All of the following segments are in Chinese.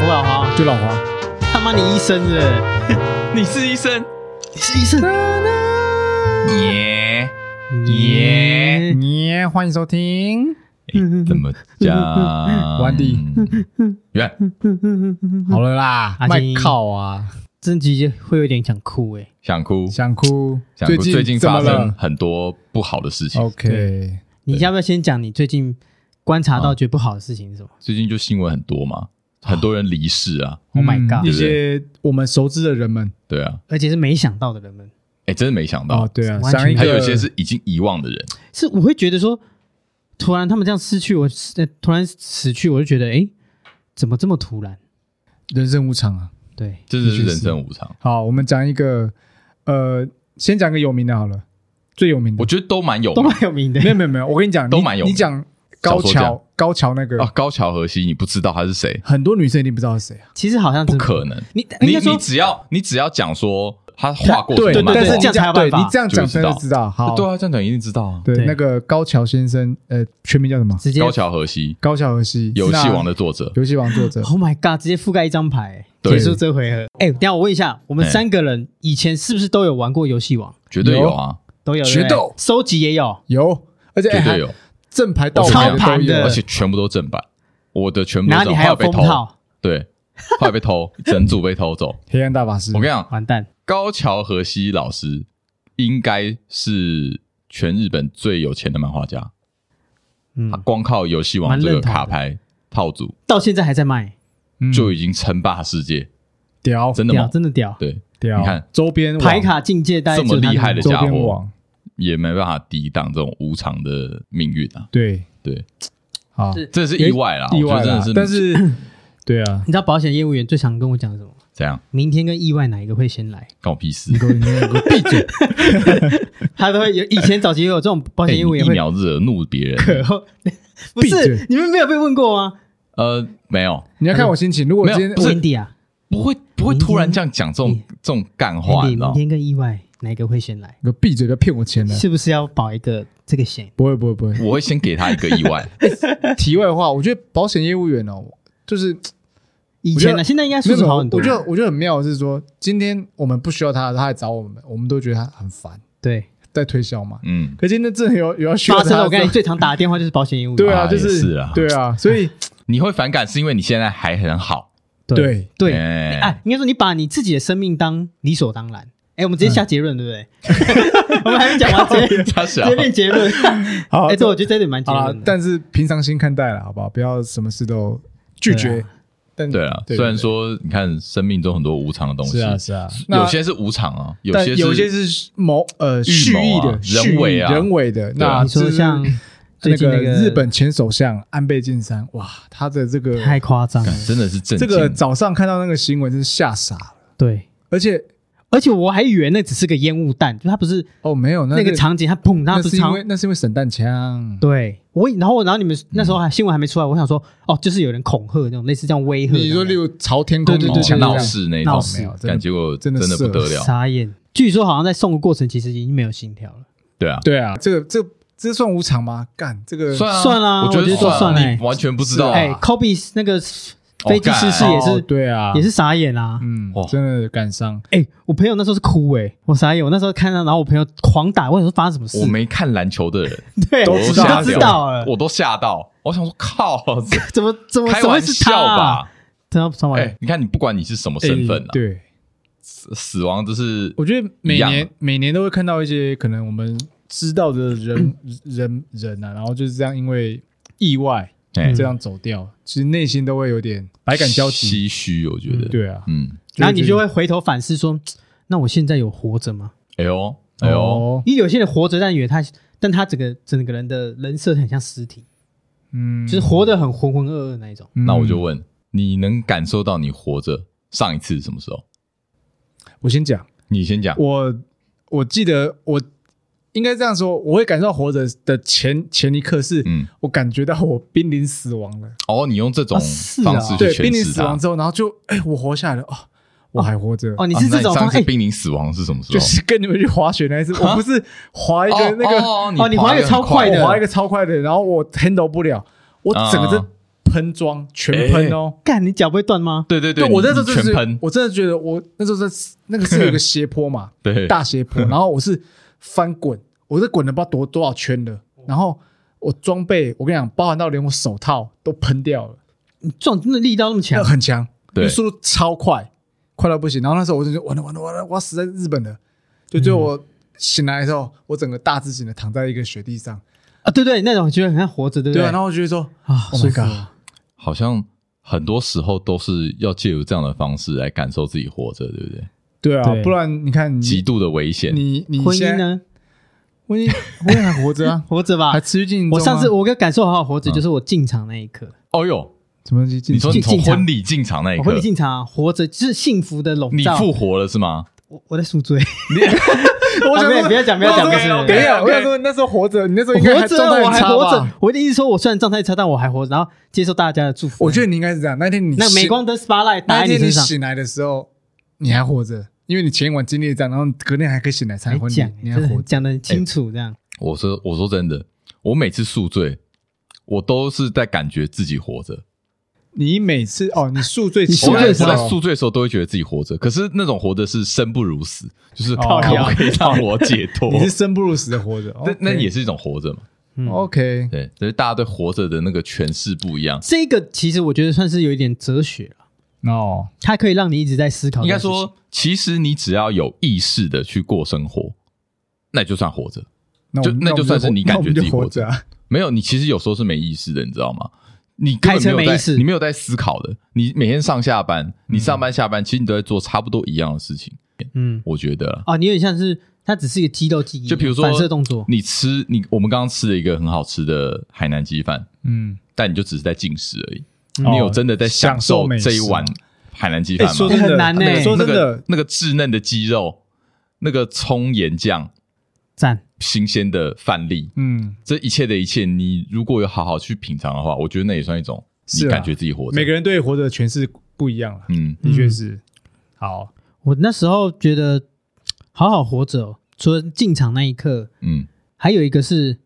华，就老华。他妈你医生是不是？ 你是医生？你是医生？耶耶，耶，欢迎收听，诶哎怎么讲？嗯完毕，远嗯好了啦，阿麦金靠啊，这集会有点想哭哎、想哭，想哭，想哭。近最最近怎么发生了很多不好的事情。 ？OK，你要不要先讲你最近观察到觉得不好的事情是什么、最近就新闻很多嘛，很多人离世啊， o h my 嗯 god！、一些我们熟知的人们对啊，而且是没想到的人们，哎，真的没想哦到，，对啊，完全想一个还有一些是已经遗忘的人，是我会觉得说，突然他们这样失去我，呃突然死去，我就觉得哎、诶怎么这么突然？人生无常啊。对，这就是的确是人生无常。好，我们讲一个，呃，先讲个有名的好了，最有名的我。觉得都蛮有都蛮哦有名的 没。有没有没有，我跟你讲，都你蛮有你名讲高小说桥高桥那个啊，，高桥和希，你不知道他是谁，很多女生一定不知道是谁啊。其实好像不真的可能。你呃应你该你说只要你只要讲说他画过对什么漫但是画你这样才有对办法你这样讲真的就知知道。好，对啊，这样讲一定知道啊。对对那个高桥先生，呃，全名叫什么？直接高桥和希，高桥和希，游戏是那啊王的作者，游戏王作 者。 Oh my god！直接覆盖一张牌，对结束这回合。哎、等一下我问一下，我们哎三个人以前是不是都有玩过游戏王？绝对有啊，都有决对不对斗收集也有，有，而且绝哎还对有，正牌盗我版操都盘有的而，且全部都正版，我的全部然都后正你版，还后有来被封偷，套，对，后来被偷，整组被偷走。黑暗大法师。我跟你讲，完蛋！高桥和希老师应该是全日本最有钱的漫画家，嗯他，光靠游戏王蛮这个认同的卡牌套组到现在还在卖，嗯就已经称霸世界，屌真的屌，吗？真的屌！对，屌，你看周边网牌卡境界大概这么只有他厉害的能周做家边伙网，也没办法抵挡这种无常的命运啊。对对，好是这是意外啦，意啊我觉外得真啦的是，但是 对啊，你知道保险业务员最常跟我讲什么？怎样明天跟意外哪一个会先来？关我屁事你。给我你给我闭嘴， 他都会有以前早期也有这种保哎险业务你员 一会秒惹怒别 人，可后，不闭嘴是你们没有被问过吗？呃，没有，你要看我心情。如果今天不不是，Andy 啊不会不会突然这样讲这种这种干哦话，你，Andy，知道明吗？天跟意外哪一个会先来？你给我闭嘴，不要骗我钱了。是不是要保一个这个险？不会不会不 会。我会先给他一个意 外，题外话，我觉得保险业务员哦，就是以我觉前啊得呢，现在应该没素有质什么好很多。我觉得我觉得很妙的是说，今天我们不需要他，他来找我们，我们都觉得他很烦，对，在推销嘛。嗯，可今天真的有有要需要发他的生时候了我跟你最常打的电话就是保险业务员。对啊，啊就也是是啊对啊，所以你会反感是因为你现在还很好，对对，哎哎，应该说你把你自己的生命当理所当然。哎，我们直接下结论，对不对？ 我们还没讲完，直接他直小接变结论。嗯 好哎，对，我觉得这点蛮结好啦论，的。但是平常心看待了，好不好？不要什么事都拒绝。但对啊，虽然说你看生命中很多无常的东是西，啊是啊，那有些是无常啊，有但些有些些是谋呃蓄预谋意啊的、人为啊蓄意人为的。对啊那你说就是像最那近个那个日本前首相安倍晋三，哇，他的这个太夸张了干，真的是震这惊，个早上看到那个新闻，真是吓傻了。对。而且而且我还以为那只是个烟雾弹，就它不是哦，没有那那个场景，它砰，它那不是是因长为那是因为散弹枪。对我，然后然后你们那时候还新闻还没出来，我想说哦，就是有人恐吓那种类似这样威吓那种，你说例如朝天空对对哦对枪闹事那闹种事，没有真的感结果真真的的是不得了，傻眼。据说好像在送的过程，其实已经没有心跳了。对啊，对啊，这个这这算无常吗？干这个啊算啊我觉我觉得算啊算欸你完全不知道啊，哎，Kobe 那个飞机失事干也哦是对啊，也是傻眼啦。嗯哇，真的感伤。哎，我朋友那时候是哭哎，我傻眼，我那时候看到，然后我朋友狂打，我想说发生什么事我？没看篮球的人对，都我知知道道吓知掉道了，我都吓到，我想说 靠，怎么怎么开怎么会玩是笑他啊？吧？怎么怎么哎、你看，你不管你是什么身份哎啊，对，死死亡就是我觉得每一样啊年每年都会看到一些可能我们知道的人人人啊，然后就是这样因为意外哎这样走掉，其实内心都会有点百感交集。唏嘘，我觉得，对啊，嗯，然后你就会回头反思说，那我现在有活着吗？哎呦，哎呦，哦，因为有些人活着，但以为他，但他整个整个人的人设很像尸体，嗯，就是活得很浑浑噩噩那一种。嗯那我就问，你能感受到你活着上一次是什么时候？我先讲，你先讲，我我记得我应该这样说，我会感受到活着的前前一刻是，嗯，我感觉到我濒临死亡了。哦，你用这种啊是啊方式去对，濒临诠释死它亡。之后，然后就哎，我活下来了，哦，我还活着。哦，你啊是那这种上方一哎次濒临死亡是什么时 候？就是跟你们去滑雪那一次，我不是滑一个那个啊哦哦你滑滑得得很超快的的我滑一个超快的，然后我 handle 不了，我整个啊这喷妆，全喷哦。干，你脚不会断吗？对对对，我你那时候你就全是喷，，我真的觉得我那时候在那个是有一个斜坡嘛， 对，大斜坡，然后我是翻滚，我是滚了不知道多多少圈了，然后我装备我跟你讲，包含到连我手套都喷掉了，你撞真的力道那么强 那，很强，对因为速度超快，快到不行。然后那时候我就觉得完了完了完了，我要死在日本了。就最后嗯我醒来的时候，我整个大字型的躺在一个雪地上，啊，对对，那种觉得很像活着，对不对？对啊，然后我就觉得说啊， ，Oh 舒 my 服 god，好像很多时候都是要借由这样的方式来感受自己活着，对不对？对啊，对不然你看极你度的危险，你你婚姻现在，呢？，婚姻婚姻还活着啊 活着吧还。持续进行中啊。我上次我跟感受好好活着，嗯就是我进场那一刻，哦哟，什么东西进哦你行？说你从进场婚礼进场那一我刻婚礼，进场啊活着就是幸福的笼你罩。复活了是吗？我我在宿 醉，我啊想不要说不要讲不要讲我想不说要讲等一下， OK，OK 我想说那时候活着，你那时候我应该还活着啊状态我很还差活吧着。，我一定是说我虽然状态差，但我还活着，然后接受大家的祝福。我觉得你应该是这样。那天你那个镁醒光灯 spotlight 打在那你天你身上，醒来的时候，你还活着，因为你前一晚经历了这样，然后隔天还可以醒来参加没婚哎讲礼，，你还真的活很着。讲的清楚，这样我说我说真的，我每次宿醉，我都是在感觉自己活着。你每次哦，你宿醉你起我来在的我时在候，宿醉的时候都会觉得自己活着，可是那种活着是生不如死，就是可靠不腰可以让我解脱？哦你是生不如死的活着。那那 OK 也是一种活着嘛？嗯 OK，对，所以大家对活着的那个诠释不一样。这个其实我觉得算是有一点哲学了，哦，它可以让你一直在思考。应该，说，其实你只要有意识的去过生活，那就算活着。那我们就那就我们算是活你感那觉我们就自己活活着啊。没有，你其实有时候是没意识的，你知道吗？你根本开车没有没在意识嗯你没有在思考的。你每天上下班，你上班下班，其实你都在做差不多一样的事情。嗯，我觉得啦，哦，你有点像是它只是一个肌肉记忆，就比如说嗯反射动作，你吃你我们刚刚吃了一个很好吃的海南鸡饭，嗯，但你就只是在进食而已，哦你有真的在享受享受美食这一碗海南鸡哎，饭吗？说真的很难欸说真的那个，那个稚嫩的鸡肉，那个葱盐酱，赞。新鲜的饭粒，嗯，这一切的一切，你如果有好好去品尝的话，我觉得那也算一种是你啊感觉自己活着。每个人对活着的诠释不一样了，啊嗯，的确是。好，我那时候觉得好好活着、哦，除了进场那一刻，嗯，还有一个是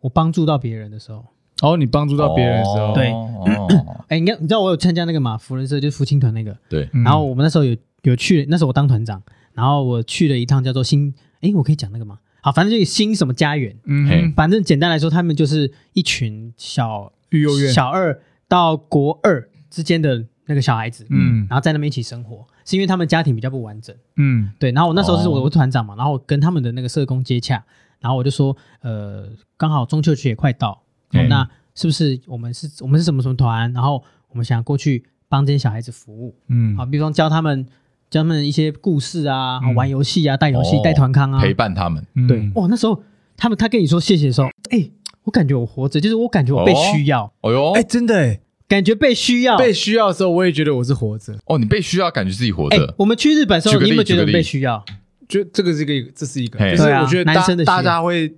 我帮助到别人的时候。然后哦你帮助到别人的时候，哦对哦哎，你看，你知道我有参加那个嘛福人社，就是福清团那个，对，嗯然后我们那时候有有去，那时候我当团长，然后我去了一趟叫做新，哎，我可以讲那个吗？好，反正就是新什么家园，嗯嘿，反正简单来说，他们就是一群小育幼院，小二到国二之间的那个小孩子，嗯然后在那边一起生活，是因为他们家庭比较不完整。嗯对，然后我那时候是我哦我团长嘛，然后我跟他们的那个社工接洽，然后我就说，呃，刚好中秋节也快到，哦嗯那是不是我们是我们是什么什么团？然后我们想过去帮这些小孩子服务，嗯啊，，比如说教他们教他们一些故事啊，嗯玩游戏啊，带游戏哦带团康啊，陪伴他们，嗯对，哇，那时候他们他跟你说谢谢的时候，哎，我感觉我活着，就是我感觉我被需要，哦哟哎，，真的哎，感觉被需要，被需要的时候，我也觉得我是活着。哦，你被需要，感觉自己活哎着，，我们去日本的时举候，个你有没有例举觉得个例被需要？就这个是一个，这是一个，嘿就是对啊我觉得大男生的需要大家会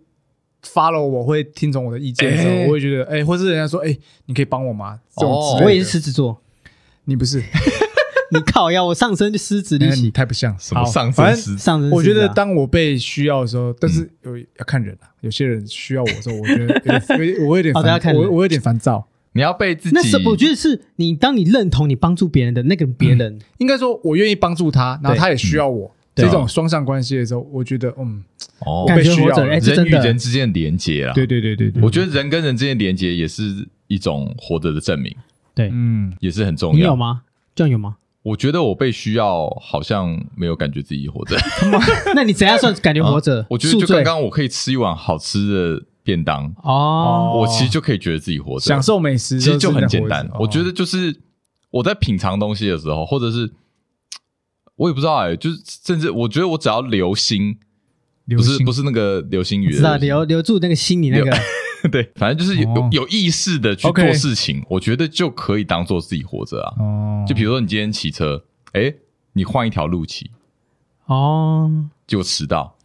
follow 我，会听从我的意见的时候，哎我会觉得，哎、或是人家说，哎、你可以帮我吗？这种之类哦的我也是，狮子 座，你不是，你靠呀，我上身就狮子逆哎你袭，太不像什么上反升正时上身我觉狮子得啊嗯当我被需要的时候，但是有要看人啊，有些人需要我的时候，我觉得有点，有点我有点哦好的要烦，看人我我有点烦躁。你要被自己，那是我觉得是你，当你认同你帮助别人的那个别人，嗯应该说，我愿意帮助他，然后对他也需要我，对这啊种双向关系的时候，我觉得，嗯，哦，被感觉需活要着，了哎、这人真与的人之间的连接啦。对，对对对对，我觉得人跟人之间的连接也是一种活着的证明，嗯，也是很重你有要。吗？这样有吗？我觉得我被需要，好像没有感觉自己活着。那你怎样算感觉活着？啊我觉得宿就醉刚刚我可以吃一碗好吃的便当，哦，我其实就可以觉得自己活着，享受美食其实就就是很在简活着单。哦我觉得就是我在品尝东西的时候，或者是我也不知道哎、就是甚至我觉得我只要留心，流不是行不是那个流星雨知道的流留留住那个心里那个，星， 对，反正就是有、哦有意识的去 OK 做事情，我觉得就可以当做自己活着啊。哦，就比如说你今天骑车，哎、你换一条路骑，哦，结果迟到。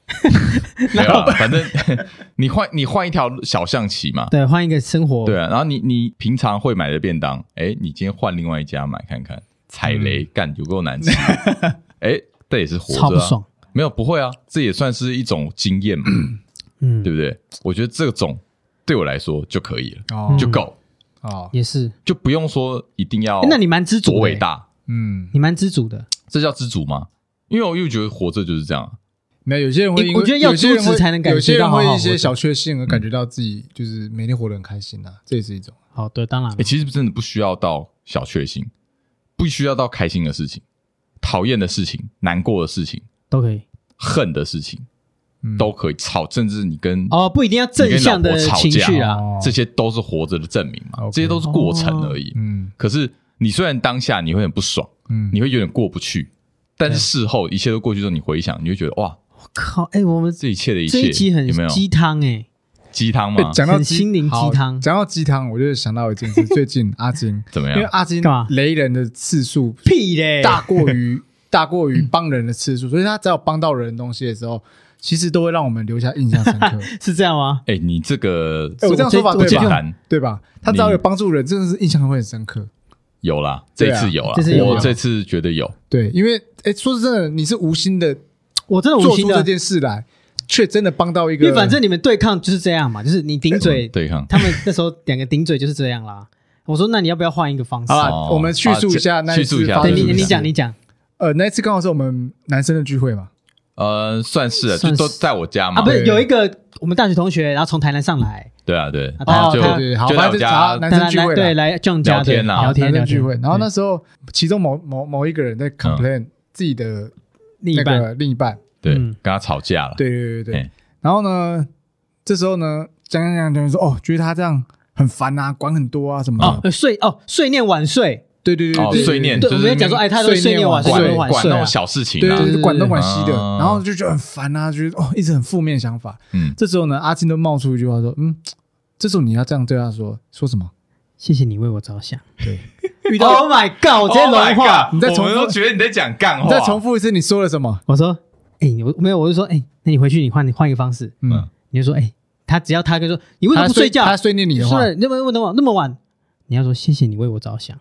没有啦，反正 你换你换一条小巷骑嘛，对，换一个生活，对啊，然后你你平常会买的便当，哎，你今天换另外一家买看看，踩雷、干有够难吃， 哎，这也是活着、啊，嗯超不爽，没有不会啊，这也算是一种经 验嘛，嗯对，不对？我觉得这种对我来说就可以了，哦就够。哦，也是。就不用说一定要嗯诶那你蛮知足的多欸伟，大，嗯，你蛮知足的。这叫知足吗？因为我又觉得活着就是这样，啊没有有些人会因为，我觉得要有些人支持会才能感觉到有些人好会好一活些着小确幸而感觉到自己就是每天活得很开心嗯啊，这也是一种。好的，当然了哎、，其实真的不需要到小确幸，不需要到开心的事情、讨厌的事情、难过的事情、都可以。恨的事情，嗯都可以吵，甚至你跟哦，不一定要正向的情绪啊。哦这些都是活着的证明嘛， OK 这些都是过程哦而已。嗯可是你虽然当下你会很不爽，嗯，你会有点过不去，但啊是事后一切都过去之后，你回想，你会觉得哇，我靠，哎，我们这一切的一这切一集很有没有鸡汤哎，鸡汤哎吗？讲到很鸡心灵鸡好汤讲到鸡汤，我就想到一件 事，最近阿金， 怎么因为样？阿金干嘛雷人的次数屁嘞，大过 于大过于帮人的次数，所以他只要帮到人的东西的时候，其实都会让我们留下印象 深刻，是这样吗？哎，你这个呃哎我这样说法我对不这简吧？单，对吧？他只要有帮助人，真的是印象会很深刻。有啦，对这啊次有啦这次，有我吗这次觉得有。对，因为哎，说真的，你是无心的我真的无做心出这的，件事来，却真的帮到一个，因为反正你们对抗就是这样嘛，就是你顶嘴，嗯对抗他们那时候两个顶嘴就是这样啦。我说那你要不要换一个方式好？啦，哦我们叙述一啊下这那一叙述次一下发对生叙你什么述你一事讲你讲，呃，那一次刚好是我们男生的聚会嘛，呃，算是啊，就算是都在我家嘛。啊，不是对有一个我们大学同学，然后从台南上来，对啊，对，啊啊就对对对，好，就在反我正就家好男生聚会啦对，来 John 家聊天啦聊天男聊生聚会。然后那对时候其中某某某一个人在 complain 自己的嗯另一那半个另一半，对，嗯跟他吵架了。对对对对对嘿。然后呢，这时候呢，讲讲讲讲说，哦，觉得他这样很烦啊，管很多啊什么哦的。呃碎哦碎念晚睡，对对对哦对，对碎念对，就我是们要讲说哎，他都碎碎念晚睡，碎晚睡管念晚管睡那啊种，小事情对啊对，，啊对管东管西的，嗯然后就觉得很烦啊，觉得哦一直很负面想法。嗯，这时候呢，阿金都冒出一句话说，嗯，这时候你要这样对他说，说什么？谢谢你为我着想。 对，遇到 Oh my 哦 God，我直接融 Oh 化 my。God，你再重复我们都觉得你在讲干话，你再重复一次，你说了什么？我说哎，我没有，我就说哎，那你回去你换你换一个方式，嗯，你就说哎，他只要他跟说你为什么他不睡觉？他碎念你的话说，了那么那么那么晚，你要说谢谢你为我着想。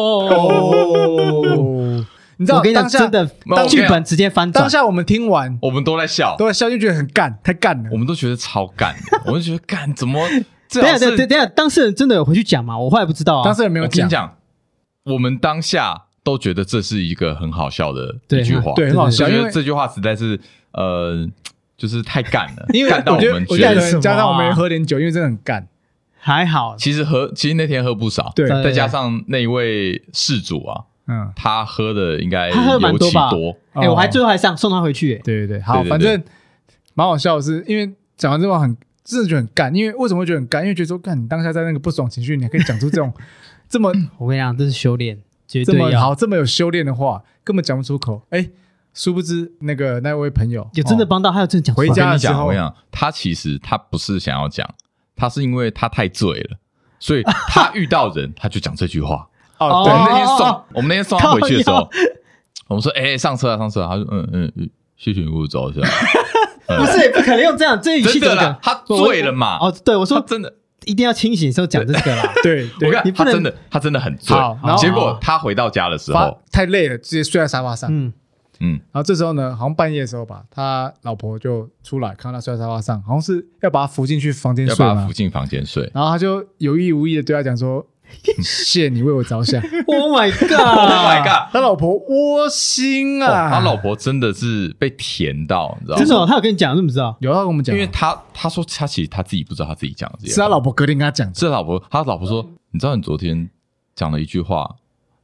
哦，哦，你知道我跟你讲，当下真的没有我跟你讲剧本直接翻转当。下我们听完，我们都在笑，都在笑，就觉得很干，太干了我。们都觉得超干， 我就觉得干怎么这等一下样等一下是？等一下，当事人真的有回去讲吗？我后来不知道啊。当事人没有我跟你讲，我们当下都觉得这是一个很好笑的一句话，对，对很好就笑，觉因得为这句话实在是呃，就是太干了， 因为干到我觉得们我觉觉得什么啊得加上我们也喝点酒，因为真的很干。还好，其实喝，其实那天喝不少，对再加上那一位事主啊，嗯，他喝的应该他喝蛮尤多其吧多，哎、我还哦最后还上送他回去、哎，对对对，好对，对反正蛮好笑的是，因为讲完这话很真的觉得很干，因为为什么会觉得很干？因为觉得说，干你当下在那个不爽情绪，你还可以讲出这种这么我跟你讲，这是修炼，绝这么对要。好、这么有修炼的话，根本讲不出口。哎，殊不知那个那位朋友有真的哦帮到，还有真的讲出来回我跟家你的时讲，候我跟你讲，他其实他不是想要讲，他是因为他太醉了，所以他遇到人他就讲这句 话。哦，我对们，那天送哦我们那天送他回去的时候，我们说：“哎、上车啊，上车啊。”他说：“嗯嗯嗯，谢谢你给我找一下。不是不可能用这样这语气怎真的么啦讲？他我醉了嘛哦，对，我”他 说真的，一定要清醒的时候讲这个 啦。对，对我看你他不能真的，他真的很醉好然。后结果他回到家的时发候，太累了，直接睡在沙发上。嗯，哦嗯，然后这时候呢，好像半夜的时候吧，他老婆就出来，看到他睡在沙发上，好像是要把他扶进去房间要睡把他嘛扶。进房间睡。然后他就有意无意的对他讲说：“谢谢你为我着想。 Oh my Oh my god！ god！他老婆窝心哦啊，他老婆真的是被甜到，你知道这吗？哦种他有跟你讲，是不知道？有他跟我们讲因啊，为他他说他其实他自己不知道他自己讲的这些是话他老婆隔天跟他讲的，是老婆，他老婆说：“你知道你昨天讲了一句话，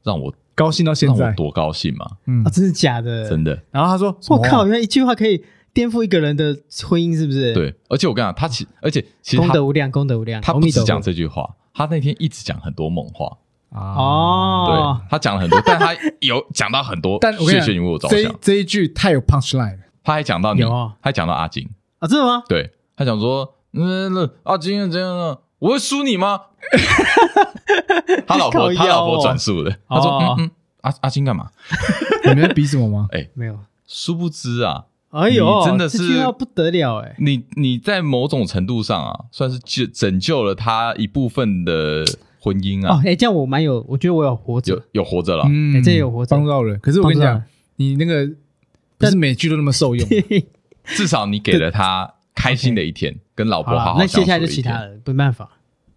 让我高兴到现让我在。多高兴吗？嗯啊，，真的假的？真的，然后他说：“我靠，什么啊，原来一句话可以颠覆一个人的婚姻，是不是？，对。而且我跟你讲，他其而且其实嗯功他德无量，功德无量。他阿不弥止陀讲佛这句话，他那天一直讲很多梦话，啊啊哦，对他讲了很多，但他有讲到很多，但我跟谢你谢你为我讲着，这想一，这一句太有 punch line 了。他还讲到你，有啊他还讲到阿金，啊，真的吗？对他讲说，嗯，那阿金这样呢，我会输 你吗？他老靠婆腰他哦老婆转述的，他说，哦嗯嗯，阿阿金干嘛？你们在比什么 吗？没有。殊不知啊，哎呦，你真的这是句话不得了哎、你你在某种程度上啊，算是救拯救了他一部分的婚姻哦啊，，哎、这样我蛮有，我觉得我有活着 有，有活着了。嗯哎这也有活着帮助到人。可是我跟帮你助讲到人，你那个不是每句都那么受用。至少你给了他开心的一天，跟老好婆啦好好那接相处下来的就一其他天。人，没办法。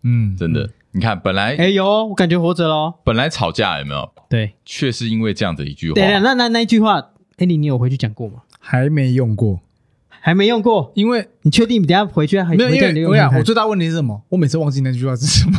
嗯，真的。你看，本来哎、有哦，我感觉活着喽。本来吵架有没有，对，却是因为这样的一句话对，那那那一句话，哎、你你有回去讲过吗？还没用过，还没用过，因为你确定？你等一下回去还没有，因回去你为就我用想看我看最大问题是什么？我每次忘记那句话是什么，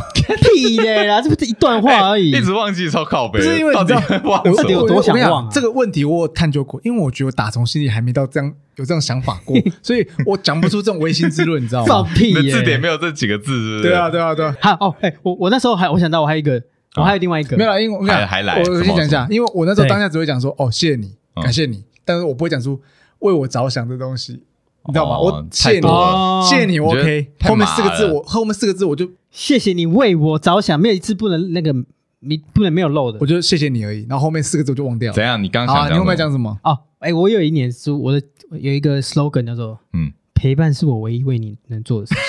屁嘞啊啦，这不是一段话而已。 一直忘记超靠背，不是因为到你知底道 忘我到底什有么？我多想我跟你讲忘啊这个问题，我有探究过，因为我觉得我打从心里还没到这样有这样想法 过，所以我讲不出这种唯心之论，你知道放吗？屁你的耶！字典没有这几个字，是不是？对啊，，对啊，对啊。好哦，哎、我我那时候还我想到我还有一个，啊我还有另外一个，没有啦，因为我跟你还讲，还来我我什先么讲一下，因为我那时候对当下只会讲说，哦，谢谢你，嗯感谢你，但是我不会讲出为我着想的东西，你知道吗？哦我谢太谢你多，了哦，谢谢你，我你觉得 OK。太后面麻四个字了我后面四个字我就谢谢你为我着想，没有一次不能那个你不能没有漏的我。就谢谢你而已，然后后面四个字我就忘掉了怎。样？你刚好刚想啊，什你么后面讲什么？哦，哎、我有一年书，我的有一个 slogan 叫做“嗯，陪伴是我唯一为你能做的 事情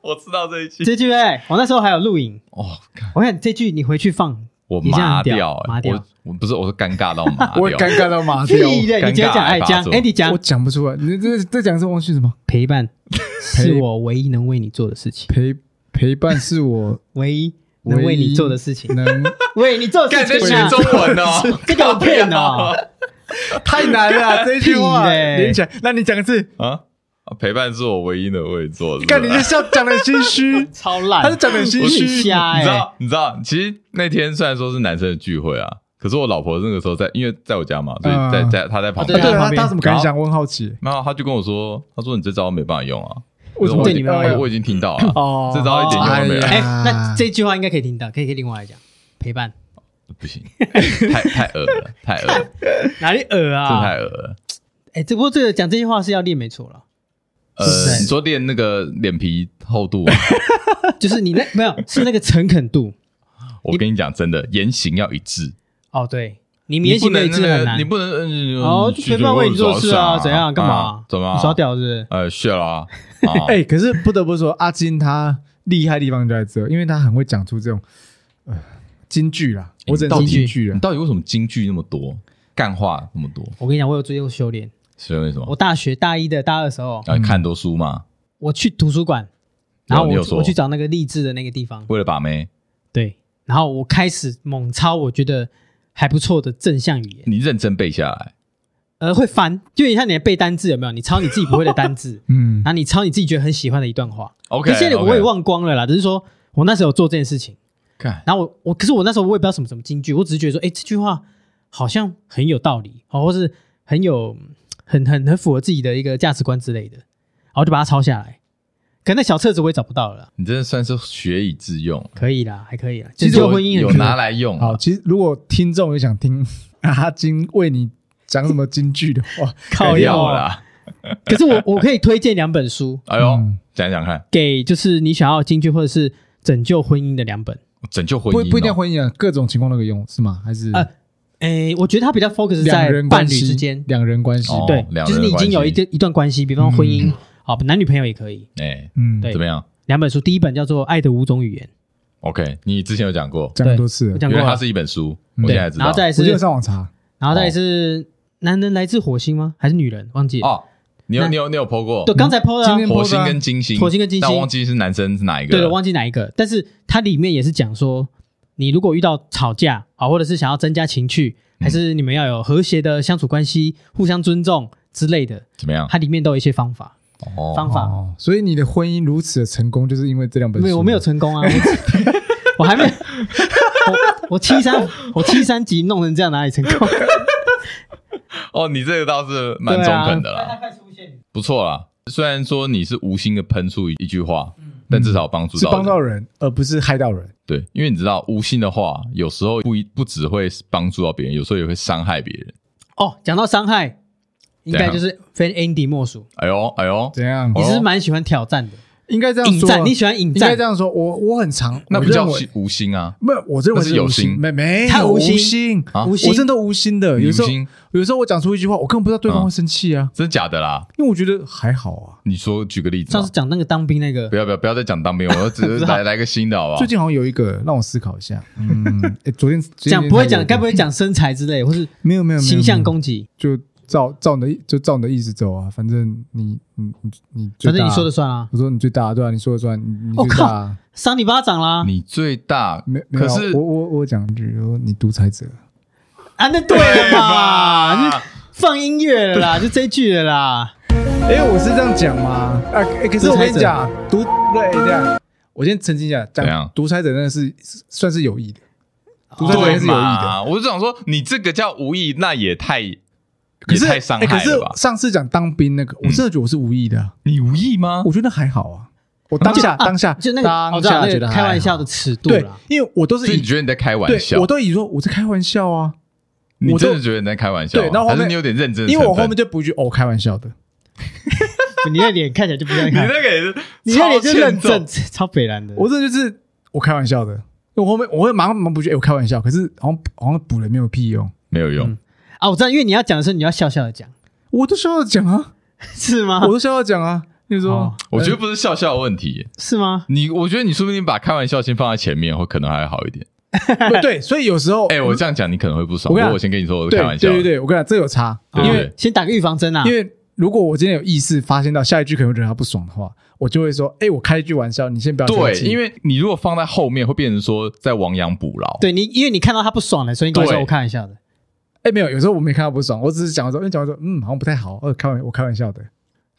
我知道这一”。句。这句哎、我那时候还有录影，哦，看我想这句你回去放，我你这样麻很屌掉，欸麻掉我我不是，我是尴尬到麻掉。我也尴尬到麻屁掉，的，你直接哦尴尬讲，哎，把它讲，做哎，你我讲，讲不出来。你这这讲是忘记什么？陪 伴是我唯一能为你做的事情，陪陪伴是 我唯一能为你做的事情，能为你做的 干事这情学啊，中文 哦，这个骗哦，太难 了，啊这一句话屁嘞，连起来。那你讲一次，啊，陪伴是我唯一的位做。是吧看你这笑讲的心虚超烂，他是讲的我心很虚。瞎你知哎，道，你知道，其实那天虽然说是男生的聚会啊，可是我老婆那个时候在，因为在我家嘛，所以嗯在在她在旁哦啊，对边。了，旁他边他怎么敢想？我很好奇，然后她就跟我说，她说你这招没办法用啊，为什么我对已你经没办法哎用我已经听到了，哦这招一点用都没有。哎哎，啊那这句话应该可以听到，可以可以另外来讲，陪伴不行， 太太恶了，太恶了，哪里恶真的啊？太恶了。哎，只不过这个讲这句话是要练没错了，呃是，你说练那个脸皮厚度 啊，就是你那没有是那个诚恳度我跟你讲，真的言行要一致，哦，对，你你言不行能一致那很个难你。不能嗯哦，就陪伴为你做事啊，怎样？干嘛啊？怎么？你耍？屌是不是？呃，谢 了啊。哎，可是不得不说，阿金他厉害的地方就在这，因为他很会讲出这种呃金句啦，我只能到说底金句你了。，到底为什么京剧那么多，干话那么多？我跟你讲，我有最后修炼。是为什我么？大学大一的大二的时候，要看很多书嘛，我去图书馆，然后我有啊你有说我去找那个励志的那个地方，为了把妹，对，然后我开始猛抄我觉得还不错的正向语言，你认真背下来。呃，会翻，就有点像你的背单字有没有？你抄你自己不会的单字 嗯然，后你抄你自己觉得很喜欢的一段话。 OK，可是现在我 OK 也。忘光了啦，只是说我那时候有做这件事情，看，然后我我可是我那时候我也不知道什么什么金句，我只是觉得说，哎，这句话好像很有道理，哦，或是很有嗯很很很符合自己的一个价值观之类的，然后就把它抄下来。可那小册子我也找不到了啦，你真的算是学以致用，可以啦，还可以啦。其实拯救我婚姻有很可拿来用啊好，。其实如果听众也想听 阿金为你讲什么金句的话， 靠啊不药要。 啦。可是我我可以推荐两本书哎呦嗯，讲一讲看，给就是你想要的金句或者是拯救婚姻的两本。拯救婚不姻哦不一定婚姻啊，各种情况都可以用，是吗？还是呃诶，我觉得它比较 focus 在两人伴关侣系之间，两人关系，哦对，两就是人你已经有一关系嗯段一段关系，比方说婚姻，好男女朋友也可以。哎，嗯，对怎么样两本书，第一本叫做《爱的五种语言》， ？OK，你之前有讲过，讲很多次我了，讲因过为了它是一本书，嗯我对，现在知道。然后再来我记得是，上网查，然后哦再来是，男人来自火星吗？还是女人？忘记了。哦，你有那你有你有 PO 过对，刚才 PO 的今啊天火 po 的星啊跟金星，火星跟金星但忘记是男生是哪一个对了。了，忘记哪一个。但是它里面也是讲说，你如果遇到吵架啊，或者是想要增加情趣，嗯还是你们要有和谐的相处关系，互相尊重之类的，怎么样？它里面都有一些方法。嗯哦方法哦，所以你的婚姻如此的成功，就是因为这两本书。没有，我没有，成功啊，我只 我还没，我我七三我七三级弄成这样哪里成 功？哦，你这个倒是蛮中肯的啊啦，快出现， 不错啦。虽然说你是无心的喷出一一句话，但至少帮嗯助是到帮到人人，而不是害到人。对，因为你知道无心的话，有时候不一不只会帮助到别人，有时候也会伤害别人。哦，讲到伤害，应该怎样就是非 Andy 莫属。哎呦哎呦，怎样你？是不是蛮喜欢挑战的，应该这样引说啊，战，哦你喜欢引应该战这，样说。我我很常，那我不叫认为心无心啊，没有，我认为那是有有心没没他有无无心心啊无心我真的无心的。你有无时候心，有时候我讲出一句话，我根本不知道对方会生气啊，真的假的啦？因为我觉得还好啊。你说举个例子上嘛次，讲那个当兵那个不，要不要不要再讲当兵，我只 是来来个新的好不好最？近好像有一个让我思考一下，嗯，诶昨天昨天讲不会讲，才该有一个不会讲身材之类，或是没有没有没有形象没有攻击？就照照你的意就照你的意思走啊，反正你你你你最反大啊，正你说的算啊，我说你最大，对啊，你说的算，你你我最大啊，赏你巴掌啦！你最大没没有啊可是 我我我讲一句，我说你独裁者，啊，那对了 嘛，你？放音乐了啦，就这一句了啦。因为哎我是这样讲嘛，啊，欸可是我跟你讲，独对这样，我先澄清一下，怎样讲独裁者真的是算是有意的，哦独裁者对还是有意的，嘛？我就想说，你这个叫无意，那也太也可是太伤欸可害是了吧？嗯上次讲当兵那个，我真的觉得我是无意的啊，你无意吗？我觉得还好啊，我当下当下就那个，我当知道下那觉个得还开玩好笑的尺度对啦。，因为我都是所以以你觉得你在开玩对笑我？都以说我在开玩笑啊，你我真都的觉得你在开玩笑吗？对那我后还是面你有点认真的成分？因为我后面就补一句哦，开玩笑的，你的脸看起来就不像你看，那个也是，你的脸就认超欠真， 揍。超北蓝的。我这就是我开玩笑的。我后面我会马上忙补一句，哎，我开玩笑，可是好像好像补了没有屁用，没有用嗯。啊，我知道，因为你要讲的时候，你要笑笑的 讲，我都笑笑讲啊，是吗我？都笑笑讲啊。你说哦，我觉得不是笑笑的问题，是吗？你我觉得你说不定把开玩笑先放在前面，会可能还好一点。呃不对，所以有时候，哎，我这样讲你可能会不爽，我不跟你过讲我先跟你说，我是对开玩笑对的。对对，我跟你讲，这有差，对因不为对？先打个预防针啊，因为如果我今天有意识发现到下一句可能会惹他不爽的话，我就会说，哎，我开一句玩笑，你先不要生对，气，因为你如果放在后面，会变成说在亡羊补牢。对你，因为你看到他不爽了，所以你跟我说对我开玩笑的。哎没有，有时候我没看到不爽，我只是讲完说，因为讲完说，嗯，好像不太好，呃，开玩我开玩笑的，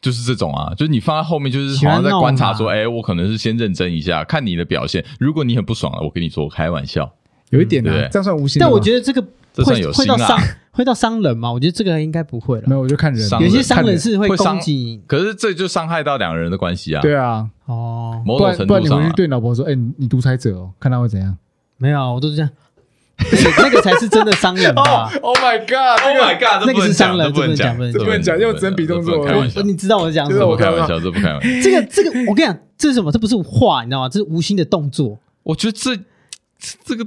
就是这种啊，就是你放在后面，就是喜好欢像在观察闹嘛说，哎、我可能是先认真一下，看你的表现。如果你很不爽了，我跟你说，我开玩笑，有一点嗯对啊，这样算无心的但吗。我觉得这个这算会有会心啦到伤会到伤人吗？我觉得这个应该不会没了。有，我就看人，伤有人些伤看人是会会伤攻击你可是这就伤害到两个人的关系啊。对啊，哦，某不种然程不然度你上、回啊去，对你老婆说，哎，你你独裁者哦，看他会怎样。没有，我都是这样， 那个那个才是真的伤人吧？ Oh my god！哦 Oh my 那个 god！这不能是讲伤人这不能讲，这不能讲这不能讲用真笔动作这不能开玩笑，我你知道我在讲什就是这么不我？开玩笑，这不开玩 笑。这个这个，我跟你讲，这是什么？这不是话，你知道吗？这是无心的动作。我觉得这这个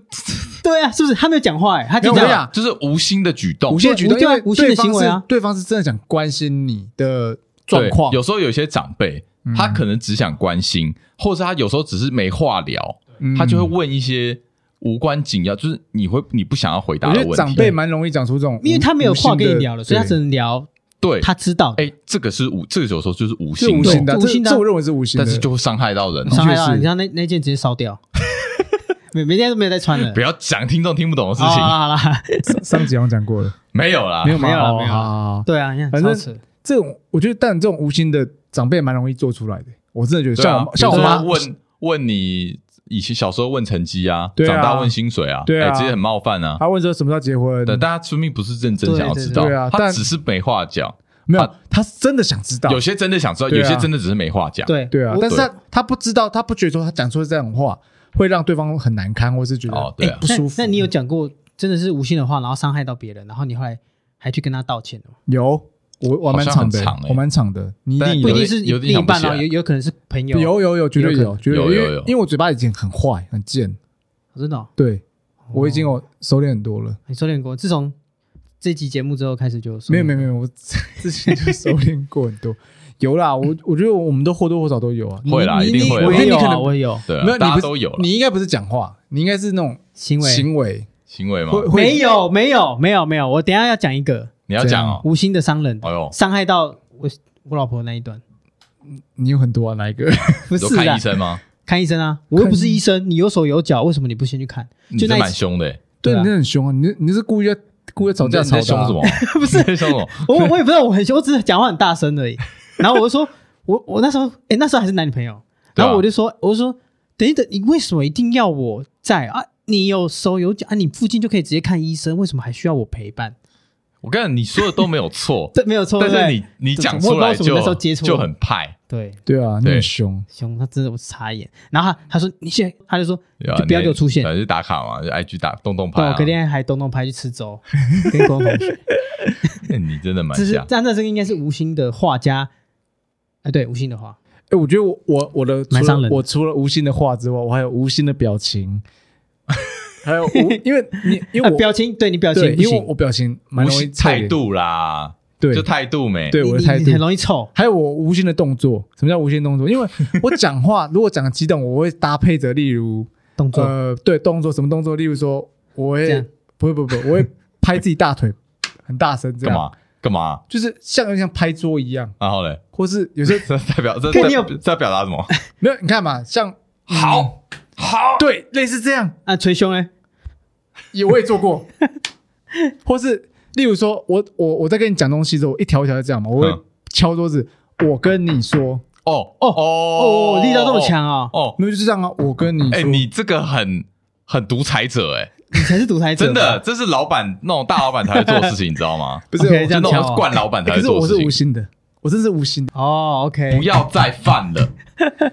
对啊，是不是？他没有讲话，哎，他就没这有我跟你样讲。就是无心的举动无，限举动，无因对啊为无限的对方行为啊是对方是真的想关心你的状对况，有时候有些长辈，他可能只想关心，或者他有时候只是没话聊，嗯他就会问一些无关紧要，就是你会你不想要回答我的觉问得题。长辈蛮容易讲出这种无，因为他没有无心话的跟你聊了，所以他对只能聊对，他知道的哎，这个是无，这个有时候就是无是心无的，心的，无这心的啊这我认为是无心的，但是就会伤害到人哦。伤害的确到是你，像那那件直接烧掉， 每每天都没有再穿了。不要讲听众听不懂的事好情，啦好啦，上上集好像讲过了，没有啦，啊没有吗没有啦哦没有啦好好好对啊，你看反超正扯。这种我觉得，但这种无心的长辈蛮容易做出来的，我真的觉得对啊像我像我比如说妈，问问你以前小时候问成绩啊，对啊长大问薪水啊，对啊哎这些很冒犯啊。她问说什么时候结婚，但大家说明不是认真想要知道对对对对啊，他但只是没话讲。没有她，她是真的想知道有，些真的想知道，对有啊些真的只是没话讲。对对啊我，但是她她不知道，她不觉得说她讲出这种话会让对方很难堪，或是觉哦得，对啊哎不舒服。那那你有讲过真的是无心的话，然后伤害到别人，然后你后来还去跟他道歉的吗？有，我我蛮好像长很的长欸，我蛮长的，你一但定不有一有定点是有点另一想不半起来哦，有有可能是朋友。哦有有有，绝对有可有，能绝对有因有为有因为我嘴巴以前很坏很贱，哦真的哦，对我已经有收敛很多哦了。你收敛过。自从这期节目之后开始就收敛没有没有没有，我之前就收敛过很 多。有啦，我我觉得我们都或多或少都有啊，你会啦你一定你会我我也觉得你有可啊，能我也有对啊，没有，你大不家是都有了你应该不是讲话，你应该是那种行为。行为，行为嘛。会会没有没有没有没有，我等一下要讲一个你要讲哦，无心的伤人的哎呦，伤害到我我老婆那一 段，你有很多啊，哪一个？不有是看啦医，生吗？看医生啊，我又不是医生，你有手有脚，为什么你不先去看？你就这那一蛮次，凶的欸，对，对啊你很凶啊，你你是故意要故意要吵架你吵在的你在凶啊什 么？不是在凶什么？ 我我也不知道我很凶，我只是讲话很大声而已。然后我就说，我我那时候，哎，那时候还是男女朋友，对啊然后我就说，我就说，等一等，你为什么一定要我在啊？你有手有脚啊，你附近就可以直接看医生，为什么还需要我陪伴？，我跟你讲，你说的都没有错 这没有错，但对不是对你你讲我出也不知道来为什么就那时候接触就很派，对对啊，你对很凶，凶，他真的我傻眼。然后他他说你现在，他就说对啊就不要你给我出现对。啊就打卡嘛，就 IG 打动动对，派我啊。隔天还东东拍去吃粥，跟 郭同学。哎你真的蛮这是像，但那这个应该是无心的画家，哎，对，无心的画，哎，我觉得我我我的除蛮伤人了的我除了无心的话之外，我还有无心的 表情，还有无因为你因为啊，我表情，对你表情对，不因为行我，表情蛮无容易心臭脸态，度啦，对就态度没。对你我的你态你度很容易臭。还有我无心的动作。什么叫无心动作？ 因为我讲话如果讲激动，我会搭配着，例如动作、呃，对动作什么动作，例如说我这会样不会不会不会，我会拍自己大腿很大声这 干样，啊嘛？干嘛？就是像有点像拍桌一样，然后嘞，或是有时候这代表这看你有嗯这在表达什么？没有，你看嘛，像好，好，对类似这样，啊，捶胸哎，也我也做 过，或是例如说我我我在跟你讲东西的时候，我一条一条的这样嘛，我会嗯敲桌子，我跟你说，哦哦哦哦，力道这么强啊，哦！没有就是这样啊，我跟你说，哎，你这个很很独裁者哎，你才是独裁者，真的，，这是老板那种大老板才会做的事情，你知道吗？不是 OK，我哎这就样那敲种啊惯老板才可会是做我的是事无情。心的，我真的是无心的，哦，OK，不要再犯了，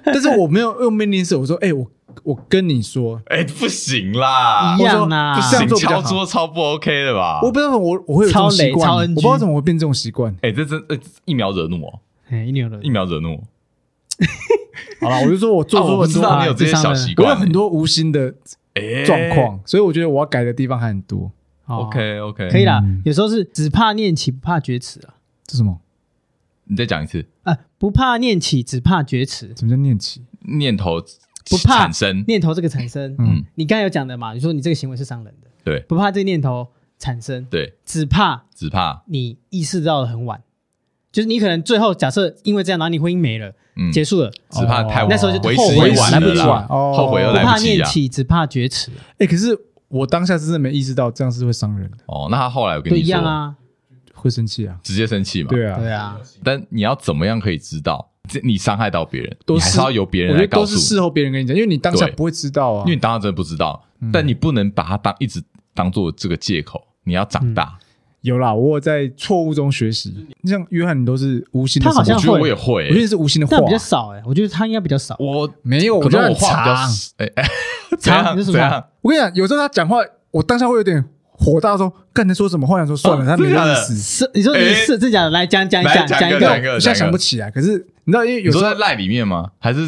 但是我没有用命令式，我说，哎，我我跟你说，哎，不行啦一，样啊我说不是这样行做比较敲好桌超不 OK 的吧？我不知道为什么我我会有这种超雷习惯，超我 NG 不知道怎么会变这种 习惯。哎，这真呃一秒惹怒我，哎，一扭了，一秒惹怒我。好了，我就说我做啊我出不很知多，道啊你有这些智商小的习我惯，有很多无心的哎状。况，所以我觉得我要改的地方还很多。哦 OK OK，可以啦嗯。有时候是只怕念起，不怕厥词啊，这什么？你再讲一次，啊，不怕念起，只怕厥词。什么叫念起？念头不怕产生，念头这个产生，嗯你刚才有讲的嘛，你说你这个行为是伤人的，对不怕这个念头产生，对，只怕只怕你意识到的很晚，就是你可能最后假设因为这样，然后你婚姻没了，嗯，结束了，哦只怕太晚那时候就为后时悔已晚来不了及啦了哦后悔又不来怕及念啊。起，只怕厥词，啊哎，可是我当下真的没意识到这样是会伤人的，哦，那他后来有跟都你一样说，啊，会生气啊。直接生气嘛？对啊，对啊，但你要怎么样可以知道这你伤害到别人？都你是还是要由啊别我人觉来得告都诉是你，事后别人跟你讲，因为你当下对不会知道啊因为。你当然真的不知道，嗯但你不能把它当一直当做这个借口。你要长嗯大，有啦，我有在错误中学习。像约翰，你都是无心的他什么，好像我我觉得会我也会欸觉得，是无心的话但，比较少哎，我觉得他应该比较少，我没有，我可觉得能很啊我话比较长。哎哎，怎长样你是什怎么样长？？我跟你讲，有时候他讲话，我当下会有点火大，说干你在说什么？后来想说算了，哦他没真的假意的思。是你说你哎是真假的？来讲讲来讲讲一一个个讲一，个我现在想不起来，可是你知道，因为你有时说候在赖里面吗？还是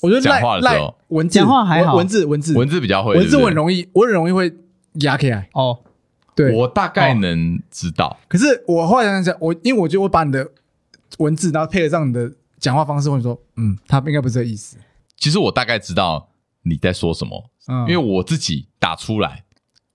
我觉得讲赖话的时赖候文字讲话还好文文字文字文字比较会？文字对不我对很容易，我很容易会压起来。哦，对，我大概能知道。可是我后来想想，我因为我觉得我把你的文字，然后配合上你的讲话方式，或者说，嗯，他应该不是这意思。其实我大概知道你在说什么，嗯，因为我自己打出来，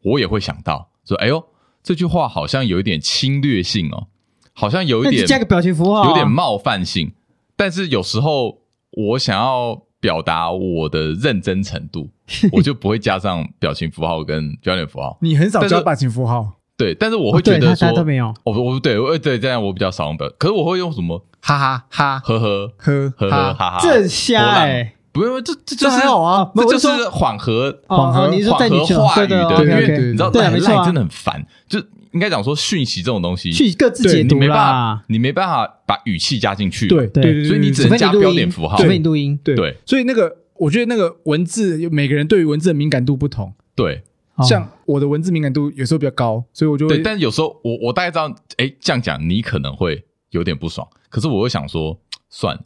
我也会想到说，哎呦，这句话好像有一点侵略性哦，好像有那一你就点加个表情符号啊，有点冒犯性。但是有时候我想要表达我的认真程度，我就不会加上表情符号跟标点符号。你很少但是教表情符号，对，但是我哦，会觉对得他说他，都没有，我我对我对这样我比较少用表，可是我会用什么哈哈哈呵呵呵呵呵哈哈，这很瞎哎，不用这啊这这就是还好啊。这没有就我是是缓和哦缓和哦，你是说在缓你和话语对的，对因对为对你知道对啊赖没错啊赖真的很烦，就应该讲说讯息这种东西，去各自对解你读没办啦法，，你没办法把语气加进去，对对对，所以你对只除能非加你录标音点符号除非你录音，对对所以那个，我觉得那个文字，有每个人对于文字的敏感度不同。对哦像我的文字敏感度有时候比较高，所以我就对，会但有时候我我大概知道，哎，这样讲你可能会有点不爽，可是我又想说，算了，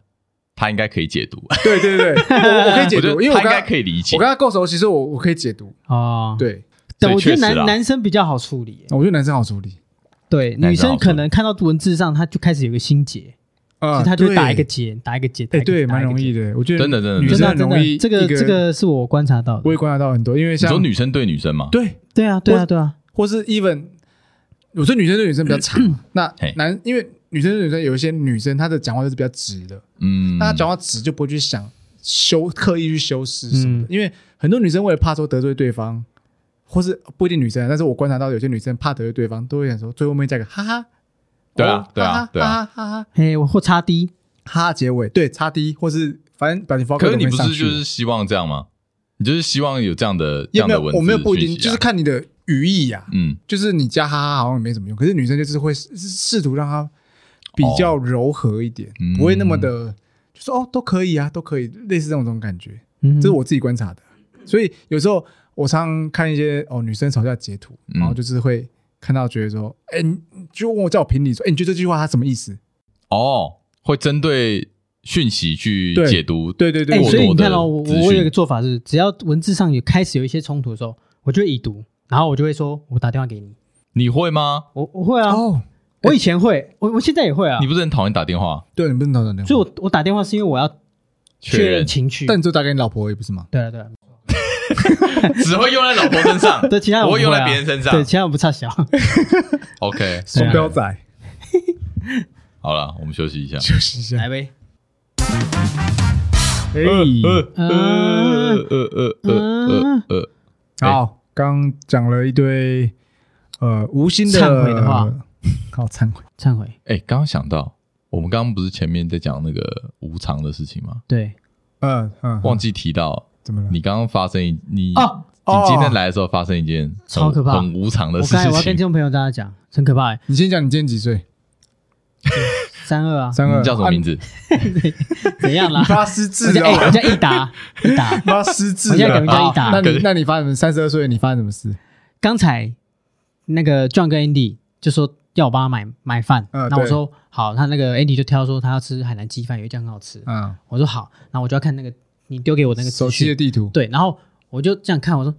他应该可以解读，对对对，我我可以解我读，觉因为得我他刚应该可以理解我跟，他够熟悉，所以我我可以解读。哦，对，但我觉得嗯所以男确实啦哦男生比较好处理，我觉得男生好处理，对，男女生好生可能看到文字上，她就开始有个心结，啊所以她就会对打一个结，打一个结，打哎，一个对，结打蛮一个容易结。的。我觉得真的真的女真生的很真容的，易这个一这个是我观察到我也的。观察到很多，因为你说像女生对女生吗？对，对啊，对啊，我对啊，或是 even，我说女生对女生比较长，那嗯嘿男因为女生对女生有一些女生她的讲话就是比较直的，嗯，那她讲话直就不会去想修刻意去修饰什么的，嗯因为很多女生为了怕说得罪对方。或是不一定女生啊，但是我观察到有些女生怕得罪对方，都会想说最后面加个哈哈，对啊哦对啊哈哈对啊哈哈哈哈，嘿，我或插低，哈结尾，对，叉 D 或是反正表情符号可各是种你会不上是去就的。是希望这样吗？你就是希望有这样的这也样没的有，文字我没有不一定，讯息就啊是看你的语义啊呀、嗯，就是你加哈哈好像也没什么用，可是女生就是会试试图让她比较柔和一点，嗯不会那么的，就说哦都可以啊，都可以，类似这种这种感觉，嗯，这是我自己观察的。所以有时候我常看一些哦女生吵架截图，嗯然后就是会看到觉得说，哎、你就问我叫我评理说，哎、你觉得这句话它什么意思？哦，会针对讯息去对解读，对对对，哎，过我所以你看哦，多的我资讯我有一个做法是，只要文字上有开始有一些冲突的时候，我就会已读，然后我就会说，我打电话给你，你会吗？我我会啊，哦，我以前会，我我现在也会啊你，不是很讨厌打电话对，你不能打断电话，所以我我打电话是因为我要确认认，情绪，但你就打给你老婆也不是吗？对了对了， 只会用在老婆身上，对其他人不我会用啊在别人身上对，。其他人不差小。啊 OK，双标仔，好了，我们 休息一下。休息一下来。呗。哎啊呃呃呃呃呃呃，好，哎刚讲了一堆呃无心的忏悔的话， 好忏悔。忏悔，哎，刚刚想到，我们刚刚不是前面在讲那个无常的事情吗？对，嗯嗯，忘记提到，怎么了？你刚刚发生一你啊哦你今天来的时候发生一件很超可怕很无常的我事刚才我要跟听情。众朋友大家讲，很可怕欸，你先讲，你今天几岁？三二啊，三二，你叫什么名字？怎样啦 啊？你？发失我智叫哎，我哦，叫益达，益达。 发失智我现在改了名。叫益达那。你那你发生什么？三十二岁你发生什么事？刚才那个 John 跟 Andy 就说要我帮他买买饭，嗯那我对说好，他那个 Andy 就挑说他要吃海南鸡饭，有一家很好吃，啊，我说好，然后我就要看那个你丢给我那个手资机讯，的地图，对，然后我就这样看，我说，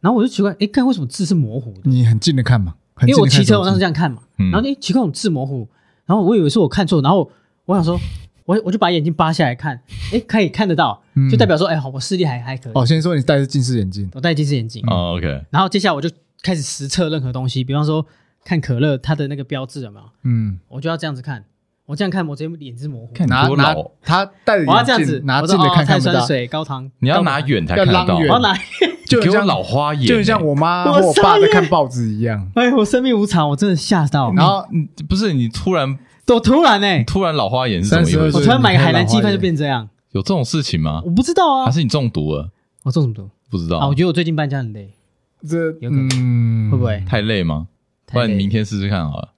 然后我就奇怪，诶，看为什么字是模糊的？你很近的看嘛， 很因近为地我骑看手车机我当时这样看嘛，嗯然后诶，奇怪，我字模糊，然后我以为是我看错，然后我想说，我我就把眼睛扒下来看，诶，可以看得到，就代表说，哎，好，我视力还还可以，嗯哦，先说你戴的是近视眼镜，我戴近视眼镜，哦，OK，然后接下来我就开始实测任何东西，比方说看可乐它的那个标志有没有，嗯，我就要这样子看，我这样看我直接脸是模糊，看拿多拿老他戴着我要这样眼子镜，拿我近说的哦看看碳不酸到，水高糖，你要高糖拿，远才看得要到拉。远我要拿，就给很我像老花眼欸，就很像我妈我和我傻爸在眼看报纸一 样。哎，我生命无常，我真的吓到，然后嗯，不是你突然我突然哎、突然老花眼是怎么一回32我岁事？突然买个海南鸡饭就变这样，有这种事情吗我？不知道还啊，是你中毒了？我中什么毒不知哦啊？道我，觉得我最近搬家很累，这有可能嗯会不会？太累吗？不然你明天试试看好了。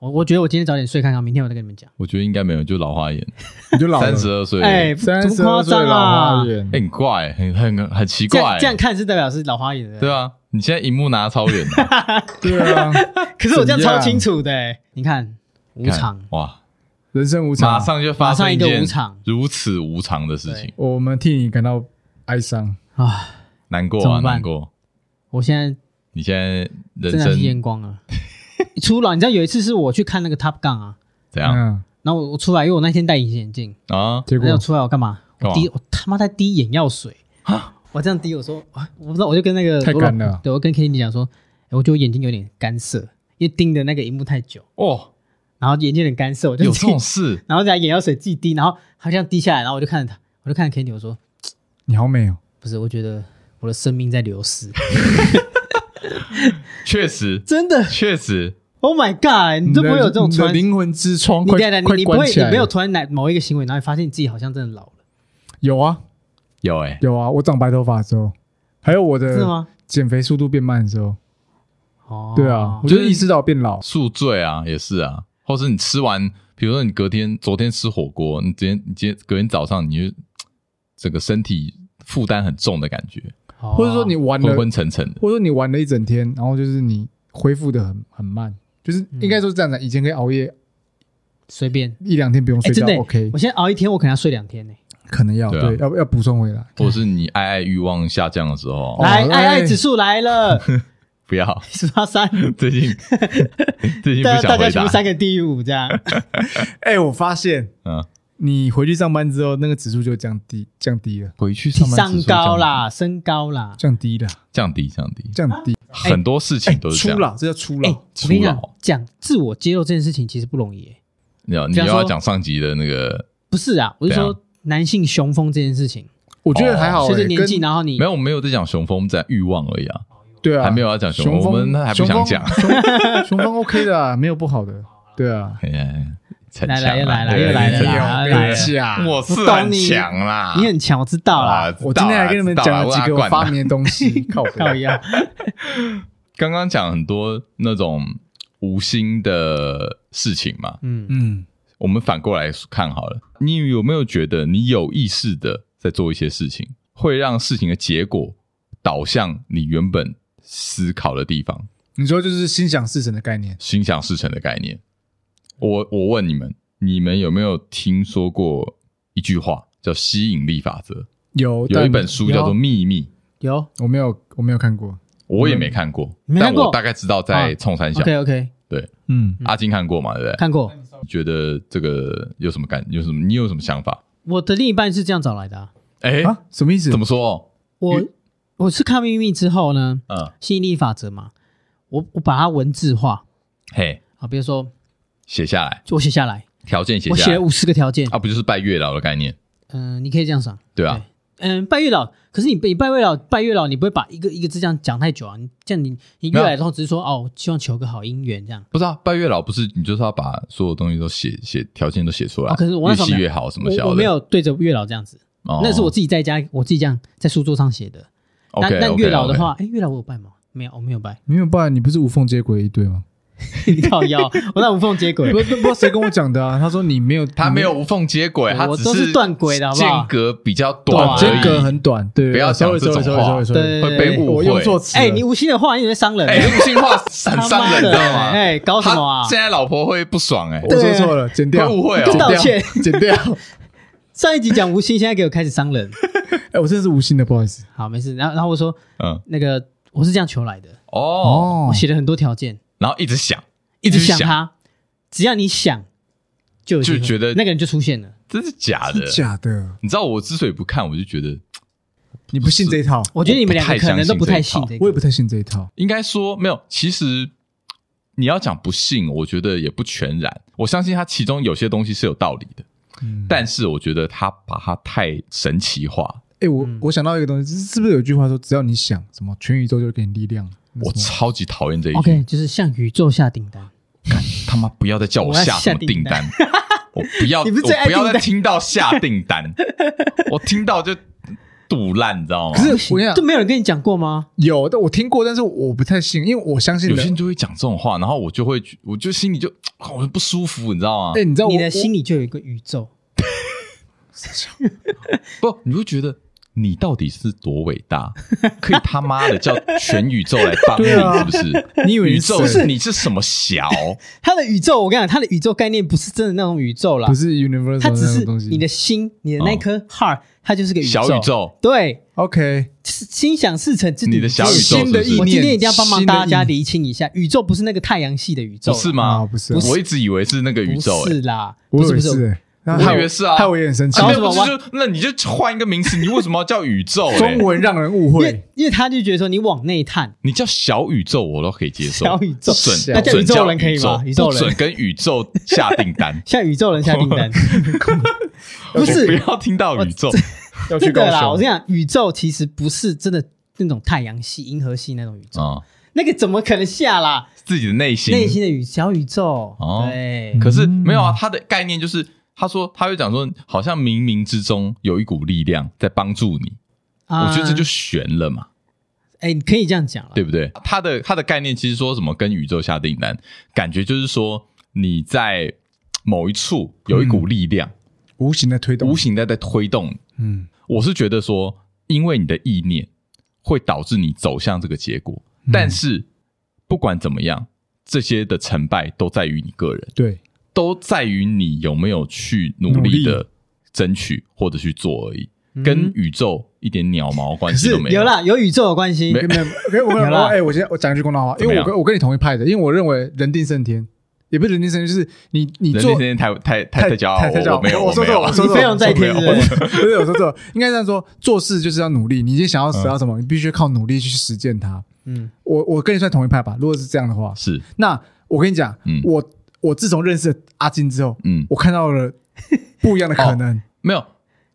我我觉得我今天早点睡看看，明天我再跟你们讲。我觉得应该没有，就老花眼，你就老三了十二岁。哎、哎，不三怎么十夸二岁张老啊花？眼，很怪，欸很很很奇这怪欸样。这样看是代表是老花眼的，对啊，你现在荧幕拿超远的，对啊，可是我这样怎超样清楚的、欸，你看 无看常，哇，人生无常，马上就发生马上一个件无常如此无常的事情对，我们替你感到哀伤。啊！难过怎啊，么办难过。我现在你现在真人的是验生光了。出来，你知道有一次是我去看那个 Top Gun 啊，怎样嗯，然后我我出来，因为我那天戴隐形眼镜，啊？结然后果我出来我干嘛？干我嘛滴，我他妈在滴眼药水啊！我这样滴，我说啊我不知道，我就跟那个太干了对我跟 k i t t y 讲说，哎我觉得我眼睛有点干涩，因为盯的那个荧幕太久，哦，然后眼睛有点干涩，我就有滴这种事？然后再眼药水自己滴，然后好像滴下来，然后我就看着他，我就看着 k i t t y 我说你好美哦，不是，我觉得我的生命在流失，确实，真的确实， ，Oh my God，你都不会有这种你的穿。你的灵魂之窗，你快等一下你快你不关会，起你来没有突然来某一个行为，然后你发现你自己好像真的老了，有啊有哎、有啊，我长白头发的时候，还有我是的吗？减肥速度变慢的时候，哦，对啊，我就就是意识到我变老，宿醉啊，也是啊，或是你吃完，比如说你隔天昨天吃火锅，你今天你今天隔天早上你就整个身体负担很重的感觉，哦或者说你玩了昏，昏沉沉的。或者说你玩了一整天，然后就是你恢复的很很慢，就是嗯应该说是这样的。以前可以熬夜随便，一两天不用哎，睡真觉的欸，OK，我现在熬一天，我可能要睡两天呢。可能要对啊对，要要补充回来。或者是你爱爱欲望下降的时候，哦来，爱哎爱指数来了，不要十八 三，最近最近大家大不想家回全答部，三个第五这 样。哎，我发现嗯，你回去上班之后，那个指数就降低降低了，回去上班指上数高啦，升高啦。降低了，降低，降低，降降低。低，很多事情都哎是这初样。老，这叫初哎，老。我跟你初讲老，讲自我揭露这件事情其实不容易欸。你要你这又样说要讲上集的那个，不是啊，我是对哦说男性雄风这件事情，我觉得还好、欸，哦随着年纪，跟然后你没有，我们没有在讲雄风，在欲望而已啊，对啊，还没有要讲雄风，我风们还不雄想风讲。雄雄风 OK 的、啊，没有不好的，对啊，哎哎，逞来来强来哎来对又来了逞啦强来来了啊！哎我是我懂很你强啊啦，你很强，我知道啦。啊我今天还跟你们讲了几个我发。知道啦知道啦我阿冠啦明的东 西，靠北靠腰，刚刚讲很多那种无心的事情嘛，嗯，嗯，我们反过来看好了，你有没有觉得你有意识的在做一些事情，会让事情的结果导向你原本思考的地方？你说就是心想事成的概念，心想事成的概念。我我问你们，你们有没有听说过一句话叫吸引力法则？有有一但本书叫做《有秘密》，有我没有我没有看过，我也没看过，你没看但过我大概知道在啊冲三小。 OK OK，嗯，阿金看过嘛？对不对？看过。觉得这个有什么感？有什么？你有什么想法？我的另一半是这样找来的啊，哎，啊，什么意思？怎么说？我我是看秘密之后呢，嗯，吸引力法则嘛，我我把它文字化嘿，啊，比如说，写下来，我写下来，条件写我下写来了，五十个条件。啊，不就是拜月老的概念？嗯、你可以这样想。对啊，嗯，拜月老，可是你你拜月老，拜月老，你不会把一个一个字这样讲太久啊？你这样你你没越有来之后只是说哦，希望求个好姻缘这样。不是啊，拜月老不是你就是要把所有东西都写写条件都写出来，哦可是我那越时候细没有啊越好什么小的，我我没有对着月老这样子，哦，那是我自己在家我自己这样在书桌上写的。 OK，但但 OK，月老的 OK 话，哎，月老我有拜吗？没有，我没有拜。 没有办法，你不是无缝接轨一对 吗？你靠腰，我那无缝接轨不。不不知道谁跟我讲的啊，他说你没有，他没有无缝接轨，我他只都是断轨的好不好啊间隔比较短短，而已，间隔很短，对，不要讲这种话 sorry，sorry，sorry，sorry，sorry 对会被误我会用。错词了，哎，你无心的话，你会伤人。哎，这个性化很他伤妈人，的你知道吗？哎，搞什么啊他？现在老婆会不爽哎，我说错了，剪掉，会误会哦剪掉道歉，剪掉。上一集讲无心，现在给我开始伤人。哎，我真的是无心的，不好意思。好，没事。然后然后我说嗯，那个我是这样求来的，哦，我写了很多条件，然后一直想，一直直想，他，只要你想，就有机会就觉得那个人就出现了。这是假的真。假的？你知道我之所以不看，我就觉得你不信这一套，我觉得你们两我个不太可能都不太信相这个，我也不太信这一套。应该说没有，其实。你要讲不信，我觉得也不全然。我相信它其中有些东西是有道理的，嗯，但是我觉得他把它太神奇化，哎，我嗯我想到一个东西，是是不是有一句话说，只要你想什么，全宇宙就给你力量？什我么超级讨厌这一句。 OK，就是向宇宙下订单。他妈不要再叫我下什么订单， 我不要，你不是最我爱不要订再单听到下订单，我听到就肚烂，你知道吗？可是我跟你都讲，没有人跟你讲过吗？有的我听过，但是我不太信，因为我相信有的些人就会讲这种话，然后我就会，我就心里就我就不舒服，你知道吗？哎，你知道我你的心我里就有一个宇宙。不，你会觉得你到底是多伟大，可以他妈的叫全宇宙来帮你，对啊是不是？你以为宇你宙是是你是什么小？他的宇宙，我跟你讲，他的宇宙概念不是真的那种宇宙啦不，是 universal 它只那是种东西。你的心，你的那颗 heart，它就是个宇宙。小宇，宙，对， OK，是心想事成就是你的小宇宙新的是不是意我今念，天一定要帮忙大家新的意厘清一下，宇宙不是那个太阳系的宇宙不啦，是吗？啊不是啊我一直以为是那个宇不宙，哎是啦，我不以是为不是，是，哎那我害以为是啊害我也很生气搞。啊什么没有就就那你就换一个名词，你为什么要叫宇宙哎嘞？中文让人误因会为，因为他就觉得说你往内探，你叫小宇宙我都可以接受，小宇宙不准那不叫准宇宙叫人可以吗宇宇宙宙人，不准跟宇宙下订单向宇宙人下订单， 不 我不是要听到宇宙。要那去高个啦。我雄跟。你讲，宇宙其实不是真的那种太阳系、银河系那种宇宙，啊，那个怎么可能下啦？自己的内心。内心的宇小宇宙，哦对，可是嗯没有啊，他的概念就是，他说他会讲说，好像冥冥之中有一股力量在帮助你，我觉得这就啊悬了嘛，哎，你可以这样讲了，对不对？他的他的概念其实说什么跟宇宙下订单，感觉就是说你在某一处有一股力量，无形的推动，无，形的在推动你嗯，我是觉得说，因为你的意念会导致你走向这个结果，嗯但是不管怎么样，这些的成败都在于你个人，对，都在于你有没有去努力的争取或者去做而已，嗯跟宇宙一点鸟毛关系都没有啦，有宇宙有关系没，没有，没有，我跟有你啦说，哎，我先我讲一句公道话，因怎么为样我跟我跟你同一派的，因为我认为人定胜天，也不是人定胜天，就是你你人做那天太太太太骄傲，太太骄傲我我没有，我说没有错了我说你飞龙在天是我不没有是，不是我说错，应该这样说，做事就是要努力，你已经想要得嗯到什么，你必须靠努力去实践它。嗯，我我跟你算同一派吧，如果是这样的话，是那我跟你讲嗯，我我自从认识了阿金之后，嗯，我看到了不一样的哦可能。没有，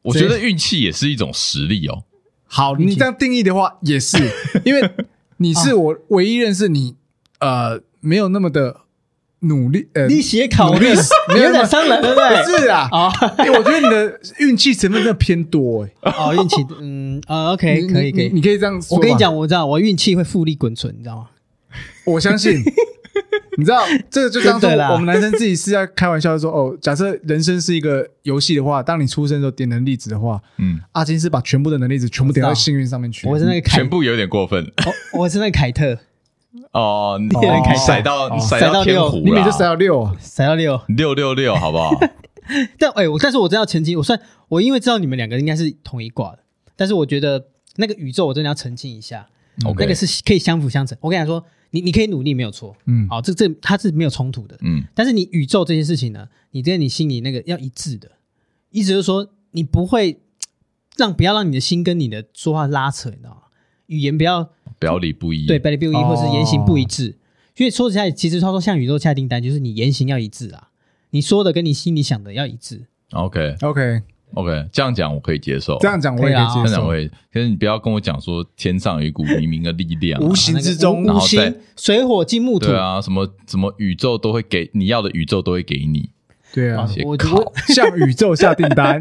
我觉得运气也是一种实力哦，好，你这样定义的话 也是，因为你是我唯一认识你，呃，没有那么的努力，呃，你写考努力虑，是你有点伤人，对不 对？不是啊，哦 因为我觉得你的运气成分真的偏多，哎， 哦，运气，嗯，呃，OK，你可以，可你以你。可以这样说。我跟你，讲，我知道，我运气会复利滚存，你知道吗？我 相信。你知道，这个就当做真的啦我们男生自己是在开玩笑说，哦，假设人生是一个游戏的话，当你出生的时候点能粒子的话，嗯，阿金是把全部的能粒子全部点我到知道幸运上面去。我是那个凯全，部有点过分我我是那个凯特， 哦，你有点开甩到哦你甩甩到到天六湖啦，你每次塞到六啊，甩到六。六六六，好 不好？哦但哎，我但是我真的要澄清，我算我因为知道你们两个应该是同一卦的，但是我觉得那个宇宙我真的要澄清一下， OK 那个是可以相辅相成。我跟你讲说，你你可以努力没有错，嗯，好，这这它是没有冲突的，嗯，但是你宇宙这件事情呢，你跟你心里那个要一致的，意思就是说你不会让不要让你的心跟你的说话拉扯，你知道吗？语言不要表里不一。对 b a d y b u i l d i 哦或是言行不一致，因为说实在，其实操作向宇宙下订单，就是你言行要一致啊，你说的跟你心里想的要一致。 OK OK， OK，这样讲我可以接受，这样讲我也可以这接样讲受我。也，可是你不要跟我讲说天上有一股冥冥的力量啊、无形之那中个然无后再心水火金木土对，啊，什么什么宇宙都会给你要的，宇宙都会给你。对啊，写我靠我向宇宙下订 单。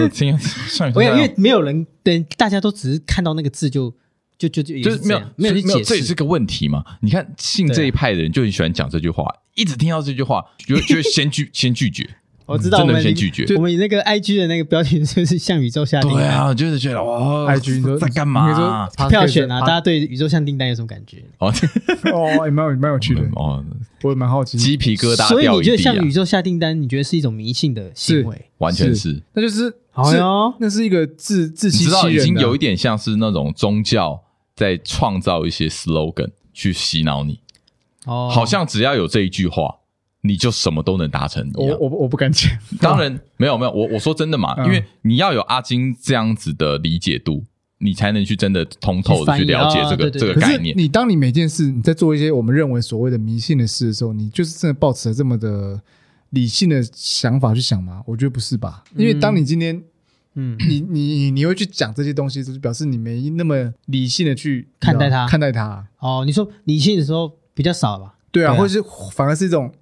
我听上一我想，因段为没有人，对，大家都只是看到那个字就就就就也就是这没有样没有所去以没有，解这也释是。个问题嘛。你看信这一派的人就很喜欢讲这句话，一直听到这句话， 就就先拒先拒绝，我知道我真的们先拒绝。我们那个 I G 的那个标题就是向宇宙下订对单。啊，就是觉得哇 IG 哎你说在干嘛你啊？说票选啊，大家他对宇宙下订单有什么感觉？哦， 哦，也蛮有蛮有趣的，哦，我也蛮好奇。鸡皮疙瘩所以掉你一觉得地向啊宇，宙下订单，你觉得是一种迷信的行为？完全是。那就是哎是呦，那是一个自自你欺知道欺已人经的啊，有一点像是那种宗教在创造一些 slogan 去洗脑你，哦，好像只要有这一句话，你就什么都能达成一我样。我我不敢讲。当然没有没有，我我说真的嘛，嗯因为你要有阿金这样子的理解度，你才能去真的通透的去了解去翻译这个啊对对这 个可概是念。你当你每件事你在做一些我们认为所谓的迷信的事的时候，你就是真的抱持了这么的理性的想法去想吗？我觉得不是吧，因为当你今天嗯，你你你你会去讲这些东西，就是表示你没那么理性的去看待你知道它看待它。哦，你说理性的时候比较少吧？对啊，对啊或者是反而是一种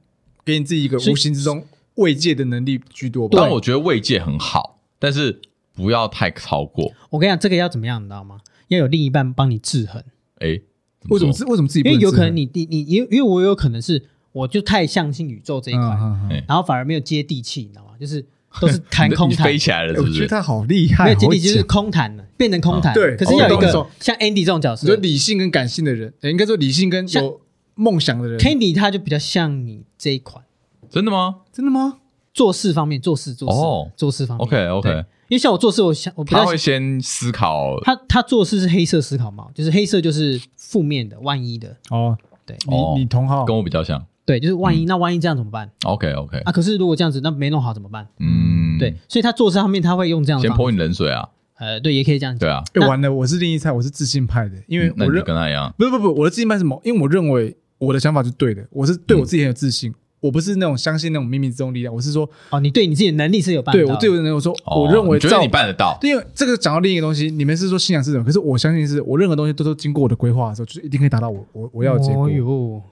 给你自己一个所以无形之中慰藉的能力居多吧。但啊我觉得慰藉很好，但是不要太超过。我跟你讲，这个要怎么样，你知道吗？要有另一半帮你制衡，哎，为什么说自为什么自己不因为有可能你你你你，因为因为我有可能是我就太相信宇宙这一嗯块，哎然后反而没有接地气，你知道吗？就是都是谈空你谈飞，起来了哎是我不觉得是？他好厉害，没有接好地气就是讲空谈了，变成空谈。啊对哦可是要有一我懂个像 Andy 这种角你说色理性跟感性的人，哎应该说理性跟像有梦想的人， ，Candy 他就比较像你这一款。真的吗真的吗？做事方面，做事做事、哦做事方面。 ？OK OK，对因为像我做事，我想我比较他会先思考他他做事是黑色思考嘛，就是黑色就是负面的、万一的，哦，对哦你你同号跟我比较像。对，就是万一、嗯那万一这样怎么办 OK OK，啊？可是如果这样子，那没弄好怎么办？嗯，对，，所以他做事方面他会用这样的先方法泼你冷水啊，呃，对，也可以这样对讲。啊，哎那完了，我是另一派，我是自信派的，因为嗯那我你认跟他一样，不不不，我的自信派是某，因为我认为我的想法是对的，我是对我自己很有自信。我不是那种相信那种冥冥之中力量，我是说，哦，你对你自己的能力是有办法对的。我对我的人，我说，哦我认为你觉得照你办得到，对，因为这个讲到另一个东西，你们是说信仰是什么？可是我相信是我任何东西都都经过我的规划的时候，就是一定可以达到我我我要的结果。哦哟，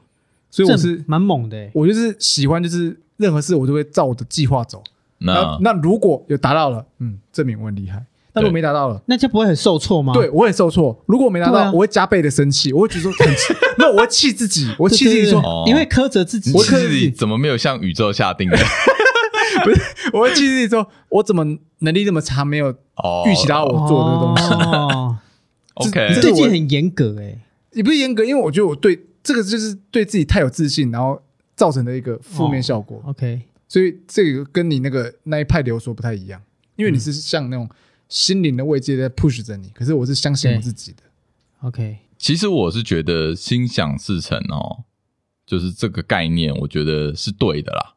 所以这我是蛮猛的欸。我就是喜欢就是任何事我都会照我的计划走。那那那如果有达到了，嗯，证明我很厉害；但如果对没达到了。那这样不会很受挫吗？对，，我也受挫。如果我没达对到，啊我会加倍的生气，我会觉得说很 气，那我会气自己，我我会气自己说，哦因为苛责自己，我自己怎么没有向宇宙下定的？我会气自己说，我怎么能力这么差，没有哦，预期到我做的东西。 哦， OK，这你是对我自己很严格哎。也不是严格，因为我觉得我对这个就是对自己太有自信，然后造成的一个负哦面效果。 OK，所以这个跟你那个那一派流说不太一样，因为嗯你是像那种心灵的慰藉在 push 着你，可是我是相信我自己的。 OK，其实我是觉得心想事成哦，就是这个概念，我觉得是对的啦。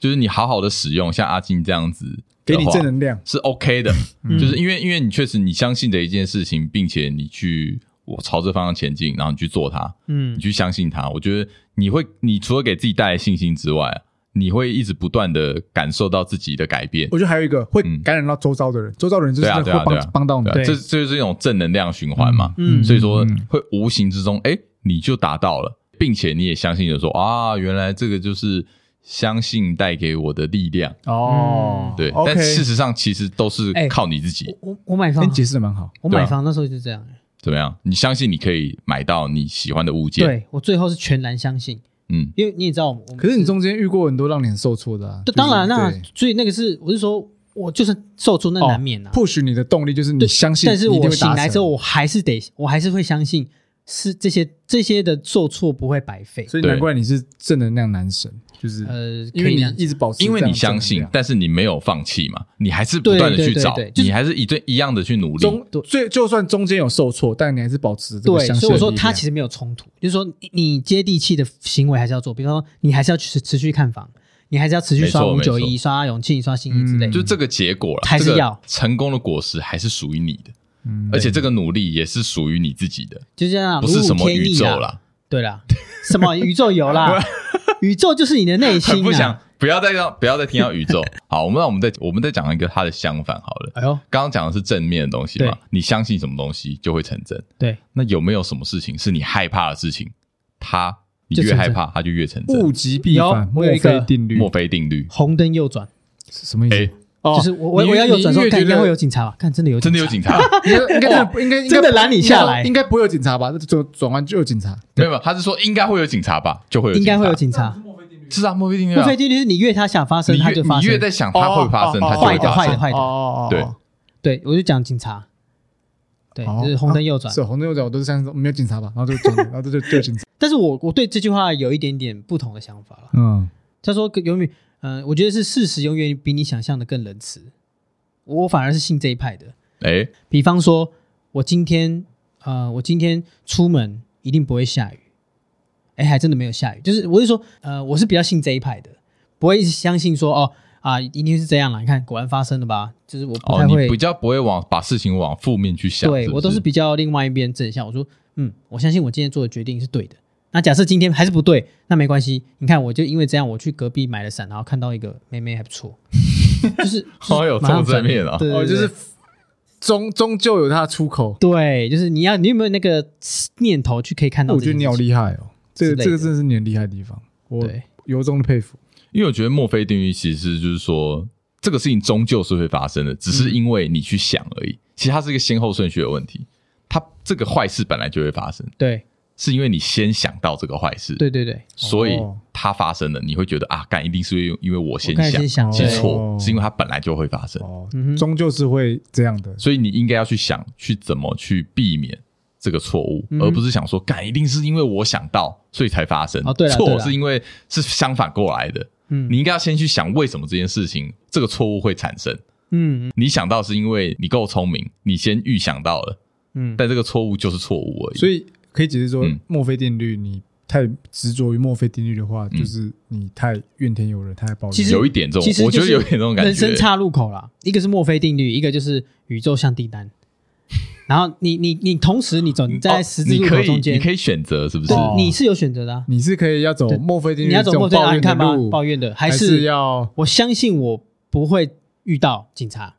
就是你好好的使用，像阿金这样子给的你话正能量，是 OK 的，嗯就是因为因为你确实你相信的一件事情，并且你去我朝这方向前进，然后你去做它，嗯你，去相信它，我觉得你会，你除了给自己带来信心之外，啊你会一直不断的感受到自己的改变我。觉得还有一个会嗯感染到周遭的人，周遭的人就是对啊会对啊帮、对啊帮到你对嗯对啊，。这这就是一种正能量循环嘛。嗯所以说嗯会无形之中，哎，你就达到了，并且你也相信了说啊，原来这个就是相信带给我的力量。哦，对， ，OK，但事实上其实都是哎靠你自己。我我买你房，解释的蛮好。我对买啊房那时候就这样欸。怎么样？你相信你可以买到你喜欢的物件？，对我最后是全然相信，嗯，因为你也知道我们，可是你中间遇过很多让你很受挫的啊，就当然啦、就是所以那个是我是说，我就算受挫，那哦难免啊。对 push 你的动力就是你对嗯相信，但是你一定我会达醒来之后，成我还是得，我还是会相信是这些这些的受挫不会白费。所以对难怪你是正能量男神，就是呃，因可为以你这样一直保持，因为你相信，但是你没有放弃嘛，你还是不断的对对去对找对，就是你还是一对一样的去努力。中最就算中间有受挫，但你还是保持这个对，相信。所以我说他其实没有冲突，就是说你你接地气的行为还是要做，比方说你还是要持持续看房，你还是要持续没错刷五九没一、刷永庆、刷新一之类嗯的。就这个结果了，还是这个要成功的果实还是属于你的，嗯而且这个努力也是属于你自己的，就这样啊，不是如什虎么添宇翼宙啦，啦。啊对啦，什么宇宙有 啦，宇宙就是你的内很心 不想啊。，不要再让，不要再听到宇宙。 好，我们那我们再我们再讲一个它的相反好了。哎呦，刚刚讲的是正面的东西嘛对，你相信什么东西就会成真。对，那有没有什么事情是你害怕的事情？它你就越成害真怕，它就越成真物。极必有反，我墨有一个菲定律墨菲定律，红灯右转，是什么意思？哎哦就是我我你我要右转的时候，你越看觉应该得会有警察吧？看真的有警察，真的有警察？应该应该真的不应该哦应该真的拦你下来应该不会有警察吧？转转弯就有警察， 没有，没有，他是说应该会有警察吧，就会有应该会有警警察。察，是啊，墨菲定律墨啊菲。定律是你越他想发生，你他越就发你生越。在想它会发生，哦哦它哦就哦会坏的发坏的生。坏的，哦，对对我就讲警察，对，哦就是啊红灯右转。是红灯右转，我都是相信说没有警察吧，然后就 转，然后就就就有警察。但是我我对这句话有一点点不同的想法了。嗯，他说永远，嗯，我觉得是事实永远比你想象的更仁慈。我反而是信这一派的。哎，比方说，我今天呃，我今天出门一定不会下雨，哎，还真的没有下雨。就是我是说，呃，我是比较信这一派的，不会一直相信说哦啊，一定是这样了。你看，果然发生了吧？就是我不哦，太你会，比较不会往把事情往负面去想，对不我都是比较另外一边正向。我说，嗯，我相信我今天做的决定是对的。那假设今天还是不对，那没关系。你看，我就因为这样，我去隔壁买了伞，然后看到一个妹妹还不 错，就是哦有这么正面啊对对哦，对就是终终究有他的出口。对，就是你要你有没有那个念头去可以看到我这件觉事得情？你好厉害哦，这之类的个这个真的是你很厉害的地方，我对由衷的佩服。因为我觉得墨菲定律其实就是说，这个事情终究是会发生的，只是因为你去想而已。其实它是一个先后顺序的问题，它这个坏事本来就会发生，对是因为你先想到这个坏事，对对对，所以哦它发生了，你会觉得啊，干一定是因为因为我先我刚才想，先想其对实错哦，是因为它本来就会发生，哦嗯哼，终究是会这样的。所以你应该要去想去怎么去避免。这个错误，嗯哼而不是想说，干一定是因为我想到，所以才发生。哦对啦对错啦是因为是相反过来的。嗯你应该要先去想为什么这件事情这个错误会产生。嗯嗯你想到是因为你够聪明，你先预想到了，嗯，但这个错误就是错误而已。所以以可以解释说嗯，墨菲定律，你太执着于墨菲定律的话，嗯就是你太怨天尤人，太抱怨。其实有一点这种其，实我觉就得是有一点这种感人生觉。岔路口啦，一个是墨菲定律，一个就是宇宙像订 单。然后你你你同时你走你在哦十字你路可口以中间，你可以选择是不是对？哦你是有选择的啊。你是可以要走对墨菲定律，你要走墨菲这种啊，你抱怨的看吧路，，抱怨的还还是要我相信我不会遇到警察，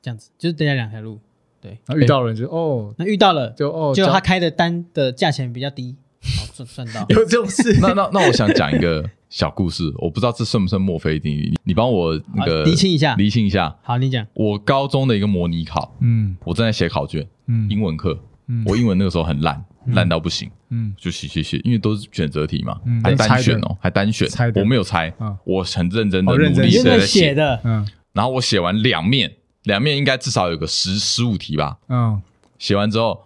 这样子就是等下两条路。然后遇到了就哦，那遇到了，就哦，就交他开的单的价钱比较低，好 算算到有这种事那那那我想讲一个小故事，我不知道这算不算墨菲定律，你你帮我那个好厘清一下厘清一下。好，你讲，我高中的一个模拟考，嗯我正在写考卷，嗯英文课，嗯我英文那个时候很烂，烂到不行。嗯就写写写，因为都是选择题嘛，嗯还单选猜哦，还单选猜，的我没有猜嗯，我很认真的哦认努真力你你地真在的写写的，嗯然后我写完两面，两面应该至少有个十十五题吧。嗯，写完之后，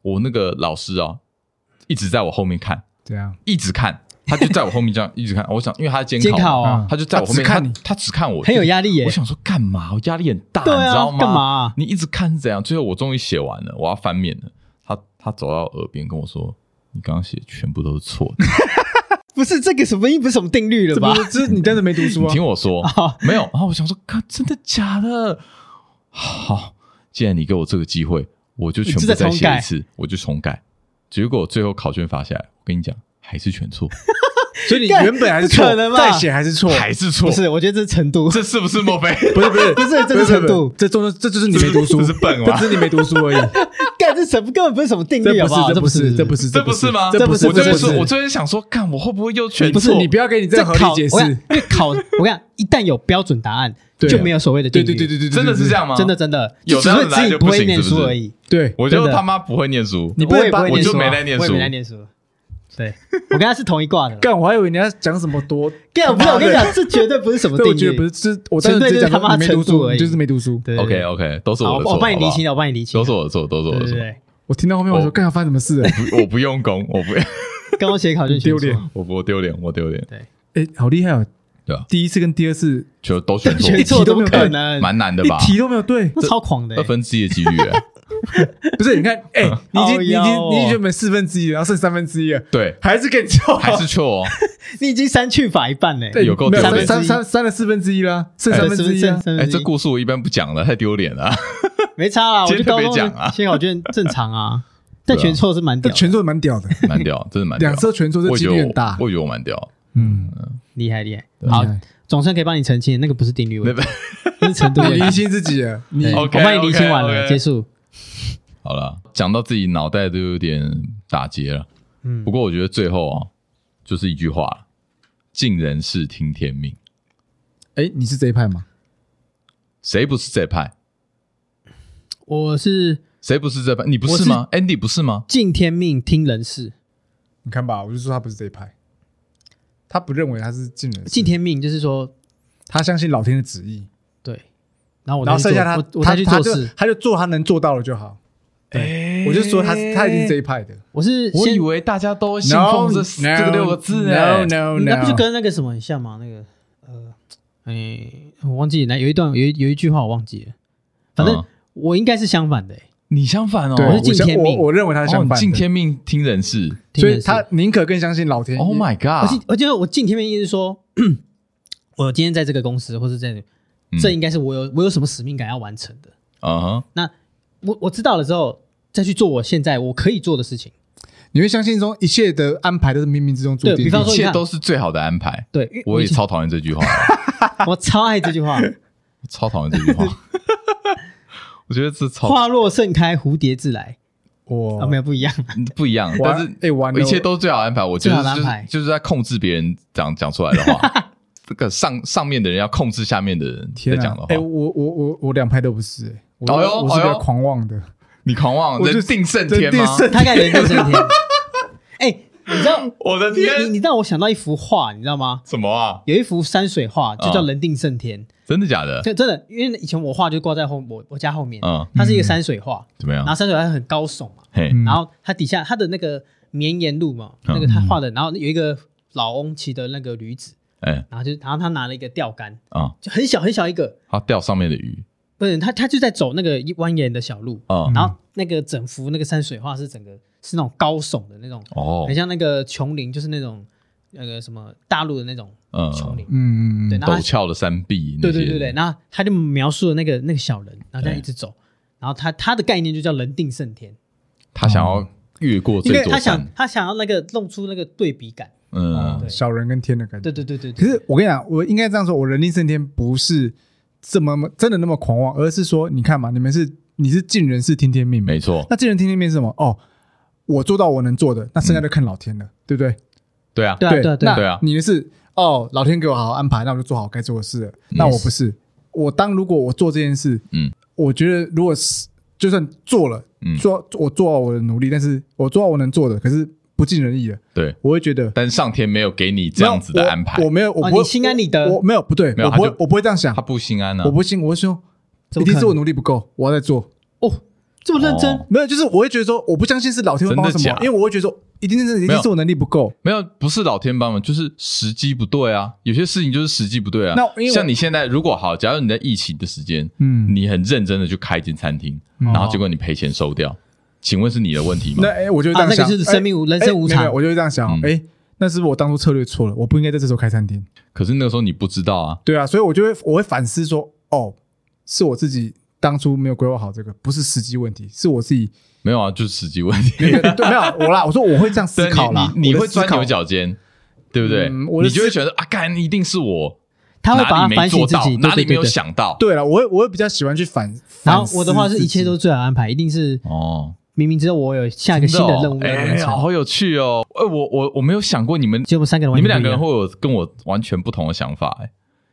我那个老师哦，一直在我后面看，这样一直看，他就在我后面这样一直看。我想，因为他在监监考，考啊嗯，他就在我后他面只看你他他只看我，很有压力耶我。想说干嘛？我压力很大，对你知啊道，吗？干嘛啊？你一直看是怎样？最后我终于写完了，我要翻面了。他他走到我耳边跟我说：“你刚刚写的全部都是错的。”不是这个什么不是什么定律了这吧不？是这是你真的没读书你啊？听我说哦，没有。然后我想说，看真的假的？好，既然你给我这个机会，我就全你部是在再重写改一次，我就重改。结果最后考卷发下来，我跟你讲，还是全错，所以你原本还是错不可能，吧再写还是错，还是错 不，是，我觉得这是程度，这是不是墨菲？不是不是不是这是不程度不是这终究这就是你没读书，这是这是笨吗这只是你没读书 而已。干这什么根本不是什么定这律，好不好？是这不是这不是。是这不是吗？这不是我这就不是是说，我就是想说，看我会不会又全不是错？你不要给你这这合理考解我跟你释讲，因为 考我跟你讲，一旦有标准答案，对啊就没有所谓的定对律。对对对对，对 真的是这，样吗？真的，真的，有就只这会样来自己就不会行念是不书是而已。对对，我就真的他妈不会念书，你不我能也不把会我念就书啊，没在念我也书没在念书。 对，我跟他是同一挂的啦。干，我还以为你要讲什么 多，干，我不是我跟你讲，这绝对不是什么这定律。我觉得不是，这我纯粹当时只就是讲他妈说你没读程度书，而已你就是没读书。对 OK OK，都是好我的错，我帮你好不好厘清了，我帮你厘清都了。是我的错，都是我对的对错。对，我听到后面我说，哦干，发生什么事 了？不我不用功，我不， 跟我写考卷丢脸我我丢脸，我丢脸，哎，好厉害哦！对啊第一次跟第二次就都 选错，全全错错怎都么没有可能？蛮难的吧一？题都没有 对，那超狂的欸二，分之一的 几率欸，不是？你看， 哎，你已经你已好经妖哦你已经原本四分之一了，然后剩三分之一了，对，还是给你错，还 是错哦。你已经删去法一半嘞。欸哎有够没有丢三脸三三三了四分之一啦，剩对三分之一剩啊三。分哎，之这一故事我一般不讲了，太丢脸了。没差啦，我今就天特高别中讲 啊写考卷正常啊。但全错是蛮屌但的，全座蛮屌的，蛮屌，真的蛮屌。两侧全座这我几觉率得很大我，我觉得我蛮屌。嗯，厉害厉害。好厉，害总算可以帮你澄清，那个不是定律问题，那是程度你问厘题。清自己了，你对我 OK，帮你厘清完 OK，OK 了，结束。 好了，讲到自己脑袋都有点打结了。嗯不，过我觉得最后啊，就是一句话：尽人事，听天命。哎，你是这一派吗？谁不是这派？我是谁不是这派？你不是吗？Andy 不是吗？敬天命，听人事。你看吧，我就说他不是这一派，他不认为他是尽人事，敬天命就是说，他相信老天的旨意，对，然后我然后再剩去下做他我我他再去他做就事。他就做他能做到的就好。哎对，我就说他是他已经是这一派的。我是我先以为大家都信奉这 No, no, 这个六个字，no 哎。 no 那 no，不是跟那个什么很像吗？那个呃，哎、我忘记了，有一段有一有一句话我忘记了，反正嗯我应该是相反的、欸，你相反哦，对，我是敬相天命我我认为他哦是相你反的，敬天命，听人事。所听以人事他宁可更相信老天。 Oh my 而且 god！而且我进天命意思是说， 我今天在这个公司或是在嗯这应该是我有我有什么使命感要完成的，啊哈，我我知道了之后再去做我现在我可以做的事情，你会相信说一切的安排都是冥冥之中注定的。对比方一说切都是最好的安排。对，因为我也以前超讨厌这句话， 我超爱这句 话，我超讨厌这句话。我觉得这超花落盛开，蝴蝶自来我哦啊，没有不一样，不一样，完但是哎完了一切都是最好的安排。我觉得最好的就是安排就是在控制别人讲讲出来的话，这个上上面的人要控制下面的人在天讲啊的！话哎，。我我我我两派都不是，哎我哎呦我是比哎较呦狂妄的，你狂妄，我就人定胜人天吗定？胜他敢人定 胜天，哎、你知道我的你你你天，让我想到一幅画，你知道吗？什么啊？有一幅山水画，就叫嗯《人定胜天》真的假的？这真的，因为以前我画就挂在后我我家后面，啊嗯，它是一个山水画，怎么样然后？山水画很高耸嘛，嘿，嗯然后它底下它的那个绵延路嘛，嗯那个他画的，然后有一个老翁骑的那个驴子，哎然后就然后他拿了一个钓竿，啊，就很小很小一个，他钓上面的鱼不是他他就在走那个一蜿蜒的小路，啊嗯，然后那个整幅那个山水画是整个是那种高耸的那种，哦很，像那个琼林，就是那种那个什么大陆的那种嗯，琼林，嗯，对，然后陡它峭的山壁，对对对对，，然后他就描述了那个那个小人，然后这样一直走，然后他他的概念就叫人定胜天，他想要越过因这为座他想哦山，他想要那个弄出那个对比感，嗯嗯，小人跟天的感觉对。对对对对。可是我跟你讲，我应该这样说，我人定胜天不是这么真的那么狂妄，而是说，你看嘛，你们是你是尽人事听天命嘛，没错，那尽人听天命是什么？哦，我做到我能做的，那剩下就看老天了，对不对？对啊，对啊对啊对啊对啊那你的是哦，老天给我好好安排，那我就做好该做的事了。那我不是，我当如果我做这件事，嗯，我觉得如果是就算做了，嗯做我做好我的努力，但是我做好我能做的，可是不尽人意了，对，我会觉得但上天没有给你这样子没的有安排我，我没有，我哦不会你心安理得我我没有不对，没有我不他会就，我不会这样想他，不心安啊我，不信，我会说，怎么一定可是能我努力不够，我要再做。哦，这么认真，哦没有，就是我会觉得说，我不相信是老天会帮我什真的么假，的因为我会觉得说，一定是一没有定是我能力不够。没有，不是老天帮忙，就是时机不对啊。有些事情就是时机不对啊。那因为我像你现在，如果好，假如你在疫情的时间，嗯，你很认真的去开一间餐厅，嗯然后结果你赔钱收掉，请问是你的问题吗那？哎，我就会这啊，样那想，个就是生命无人哎生无哎没有没常有，我就会这样想，嗯哎，那是不是我当初策略错了？我不应该在这时候开餐厅。可是那个时候你不知道啊。对啊，所以我就会我会反思说，哦，是我自己当初没有规划好这个，不是时机问题，是我自己没有啊，就是时机问题。没有对没有我啦，我说我会这样 思对考啦，你你你我会的思钻考牛。角尖，对不对？嗯我的你就会思觉得啊，干一定是我他会把哪它里反没省做自到己，，哪里没对对对有对想到。对了，我会我会比较喜欢去反。然后反思我的话是一切自己都最好安排，一定是哦，明明知道我有下一个真新的的哦任务要完哎，成，好有趣哦。哎，我我我没有想过你 们结果我们三个人完你全们两不个一人样会有跟我完全不同的想法、欸，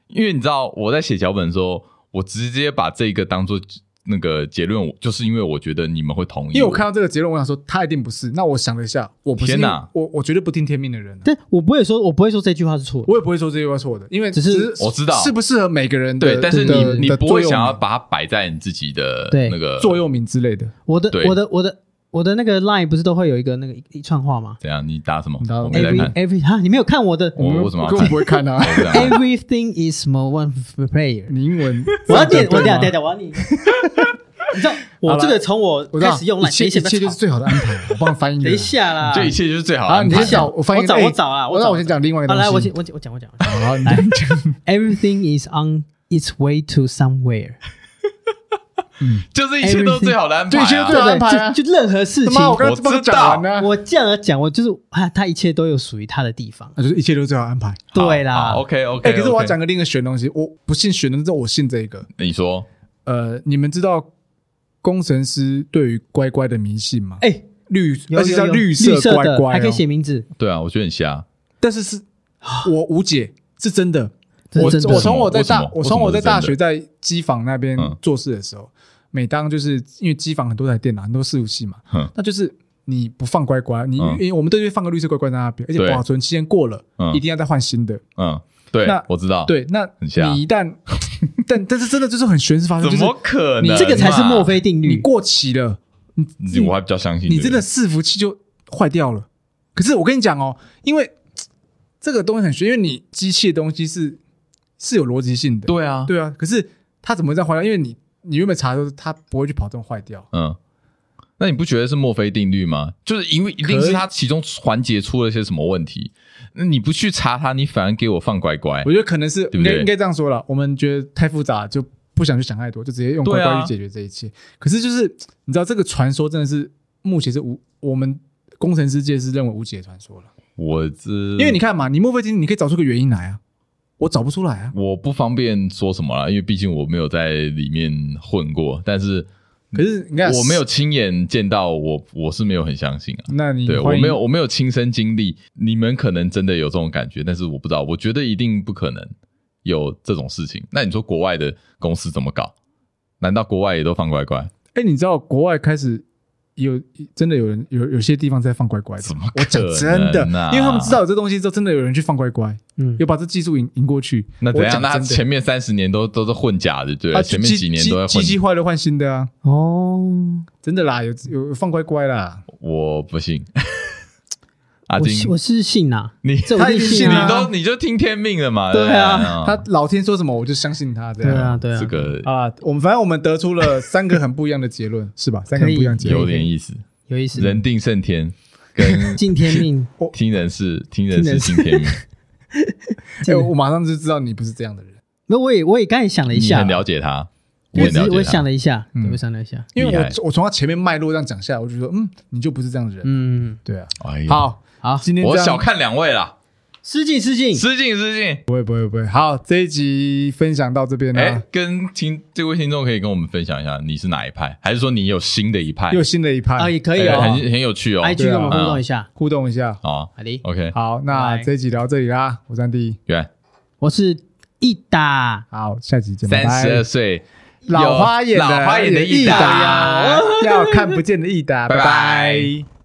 因为你知道我在写脚本的时候，我直接把这个当做那个结论，就是因为我觉得你们会同意。因为我看到这个结论，我想说他一定不是。那我想了一下，我不是天哪因为我我绝对不听天命的人啊、但我不会说，我不会说这句话是错的，我也不会说这句话错的，因为只是我知道适不适合每个人的对，但是的你你的不座会右铭想要把它摆在你自己的对那个座右铭之类的。我的对我的我的我的那个 line 不是都会有一个那个一一串话吗怎样？你答什么你？答我没在？Every 看， every 哈，你没有看我的我为什么要根本不会看？看啊？ 我不想看 Everything is more one player。你英文我要念，我这等一下样等对一下吗我要念。 你知道我这个从我我知道开始用一来，切等一一下，切就是最好的安排。我帮你翻译。等一，下啦，这一切就是最好的啊，安你排。先讲，我翻译一个。我找哎我找啊我那找我先讲另外一个好东西。来，我先我我讲我讲。 好，你先讲 Everything is on its way to somewhere。嗯就是一切都是最好的安排、啊， Everything- 对一切都最对好不安排对？啊就就任何事他情，妈，我刚我刚不是知讲道完呢、啊？我这样讲，我就是啊，他一切都有属于他的地方。那就是一切都最好安排。好对啦好，OK OK, 哎、可是我要讲，个另一个玄的东西，我不信玄的，但是我信这个。你说呃，你们知道工程师对于乖乖的迷信吗？哎，绿，有而且有叫有绿色乖的乖、哦，还可以写名字，对啊，我觉得很瞎，但是是我无解，是真的。这我是真的我从我在为什么大为我什么从我在是真大的学在机房那边嗯做事的时候，每当就是因为机房很多台电脑，很多伺服器嘛嗯，那就是你不放乖乖，你嗯因为我们都会放个绿色乖乖在那边，而且对保存期限过了嗯，一定要再换新的。嗯，对那，我知道，，对，那很像你一 旦但但是真的就是很悬是发生，怎就是么可你能嘛？这个才是墨菲定你律。过期了，你你，我还比较相信这你个真的伺服器就坏掉了。可是我跟你讲哦，因为嘖这个东西很玄，因为你机器的东西是是有逻辑性的，对啊，对啊。可是它怎么会这样坏掉？因为你你原本查的时候，它不会去跑这种坏掉。嗯，那你不觉得是墨菲定律吗？就是因为一定可是以它其中环节出了些什么问题，那你不去查它，你反而给我放乖乖我，觉得可能是不应对该应该这样说了，我们觉得太复杂就不想去想太多，就直接用乖对啊乖去解决这一切。可是就是嘖你知道，这个传说真的是目前是无我们工程师界是认为无解的传说了。我这因为你看嘛，你墨菲定律你可以找出个原因来啊，我找不出来啊。我不方便说什么啦，因为毕竟我没有在里面混过，但是可是你看，我没有亲眼见到，我我是没有很相信啊。那你对嗯我欢迎没有，我没有亲身经历，你们可能真的有这种感觉，但是我不知道，我觉得一定不可能有这种事情。那你说国外的公司怎么搞？难道国外也都放乖乖？哎、你知道国外开始有真的有人有有些地方在放乖乖的，怎么我讲可真的能啊，因为他们知道有这东西之后，真的有人去放乖乖，嗯，有把这技术引引过去。那怎我样？讲那他真的前面三十年都都是混假的，对不对、啊，前面机几年机都在机混。器坏了换新的啊，哦，真的啦，有有有放乖乖啦，嗯我 不信。阿我金是，我是信呐，你这我他一定信信你啊都你就听天命了嘛？对啊不他老天说什么我就相信他这对样。啊，对啊，这个啊，我们反正我们得出了三个很不一样的结论，是吧？三个可以很不一样的结有论。点意思。有意思。人定胜天，跟敬天命，听人事，听人听事人信天命。哎，我马上就知道你不是这样的人，那我也我也刚才想了 一你下很，了解他，我很只了是解我他想了一下，嗯对我想了一下，因为厉害我我从他前面脉络这样讲下来，我就说，嗯，你就不是这样的人。嗯，对啊，哎呀，好，好，今天我这样小看两位啦，失敬失敬，失敬失敬。不会不会不会，好，这一集分享到这边啊啦、哎，跟听这位听众可以跟我们分享一下，你是哪一派，还是说你有新的一派又？有新的一啊，派，也可以哎哦很很有趣哦。 ，IG 对啊跟我们互动一下，互动一下。好好的， ，OK，好，那拜这一集聊到这里啦，我是安迪，原我是一打，好，下集见，拜三十拜二。岁，老花眼的老花眼的益益达达，要看不见的益达，拜拜拜。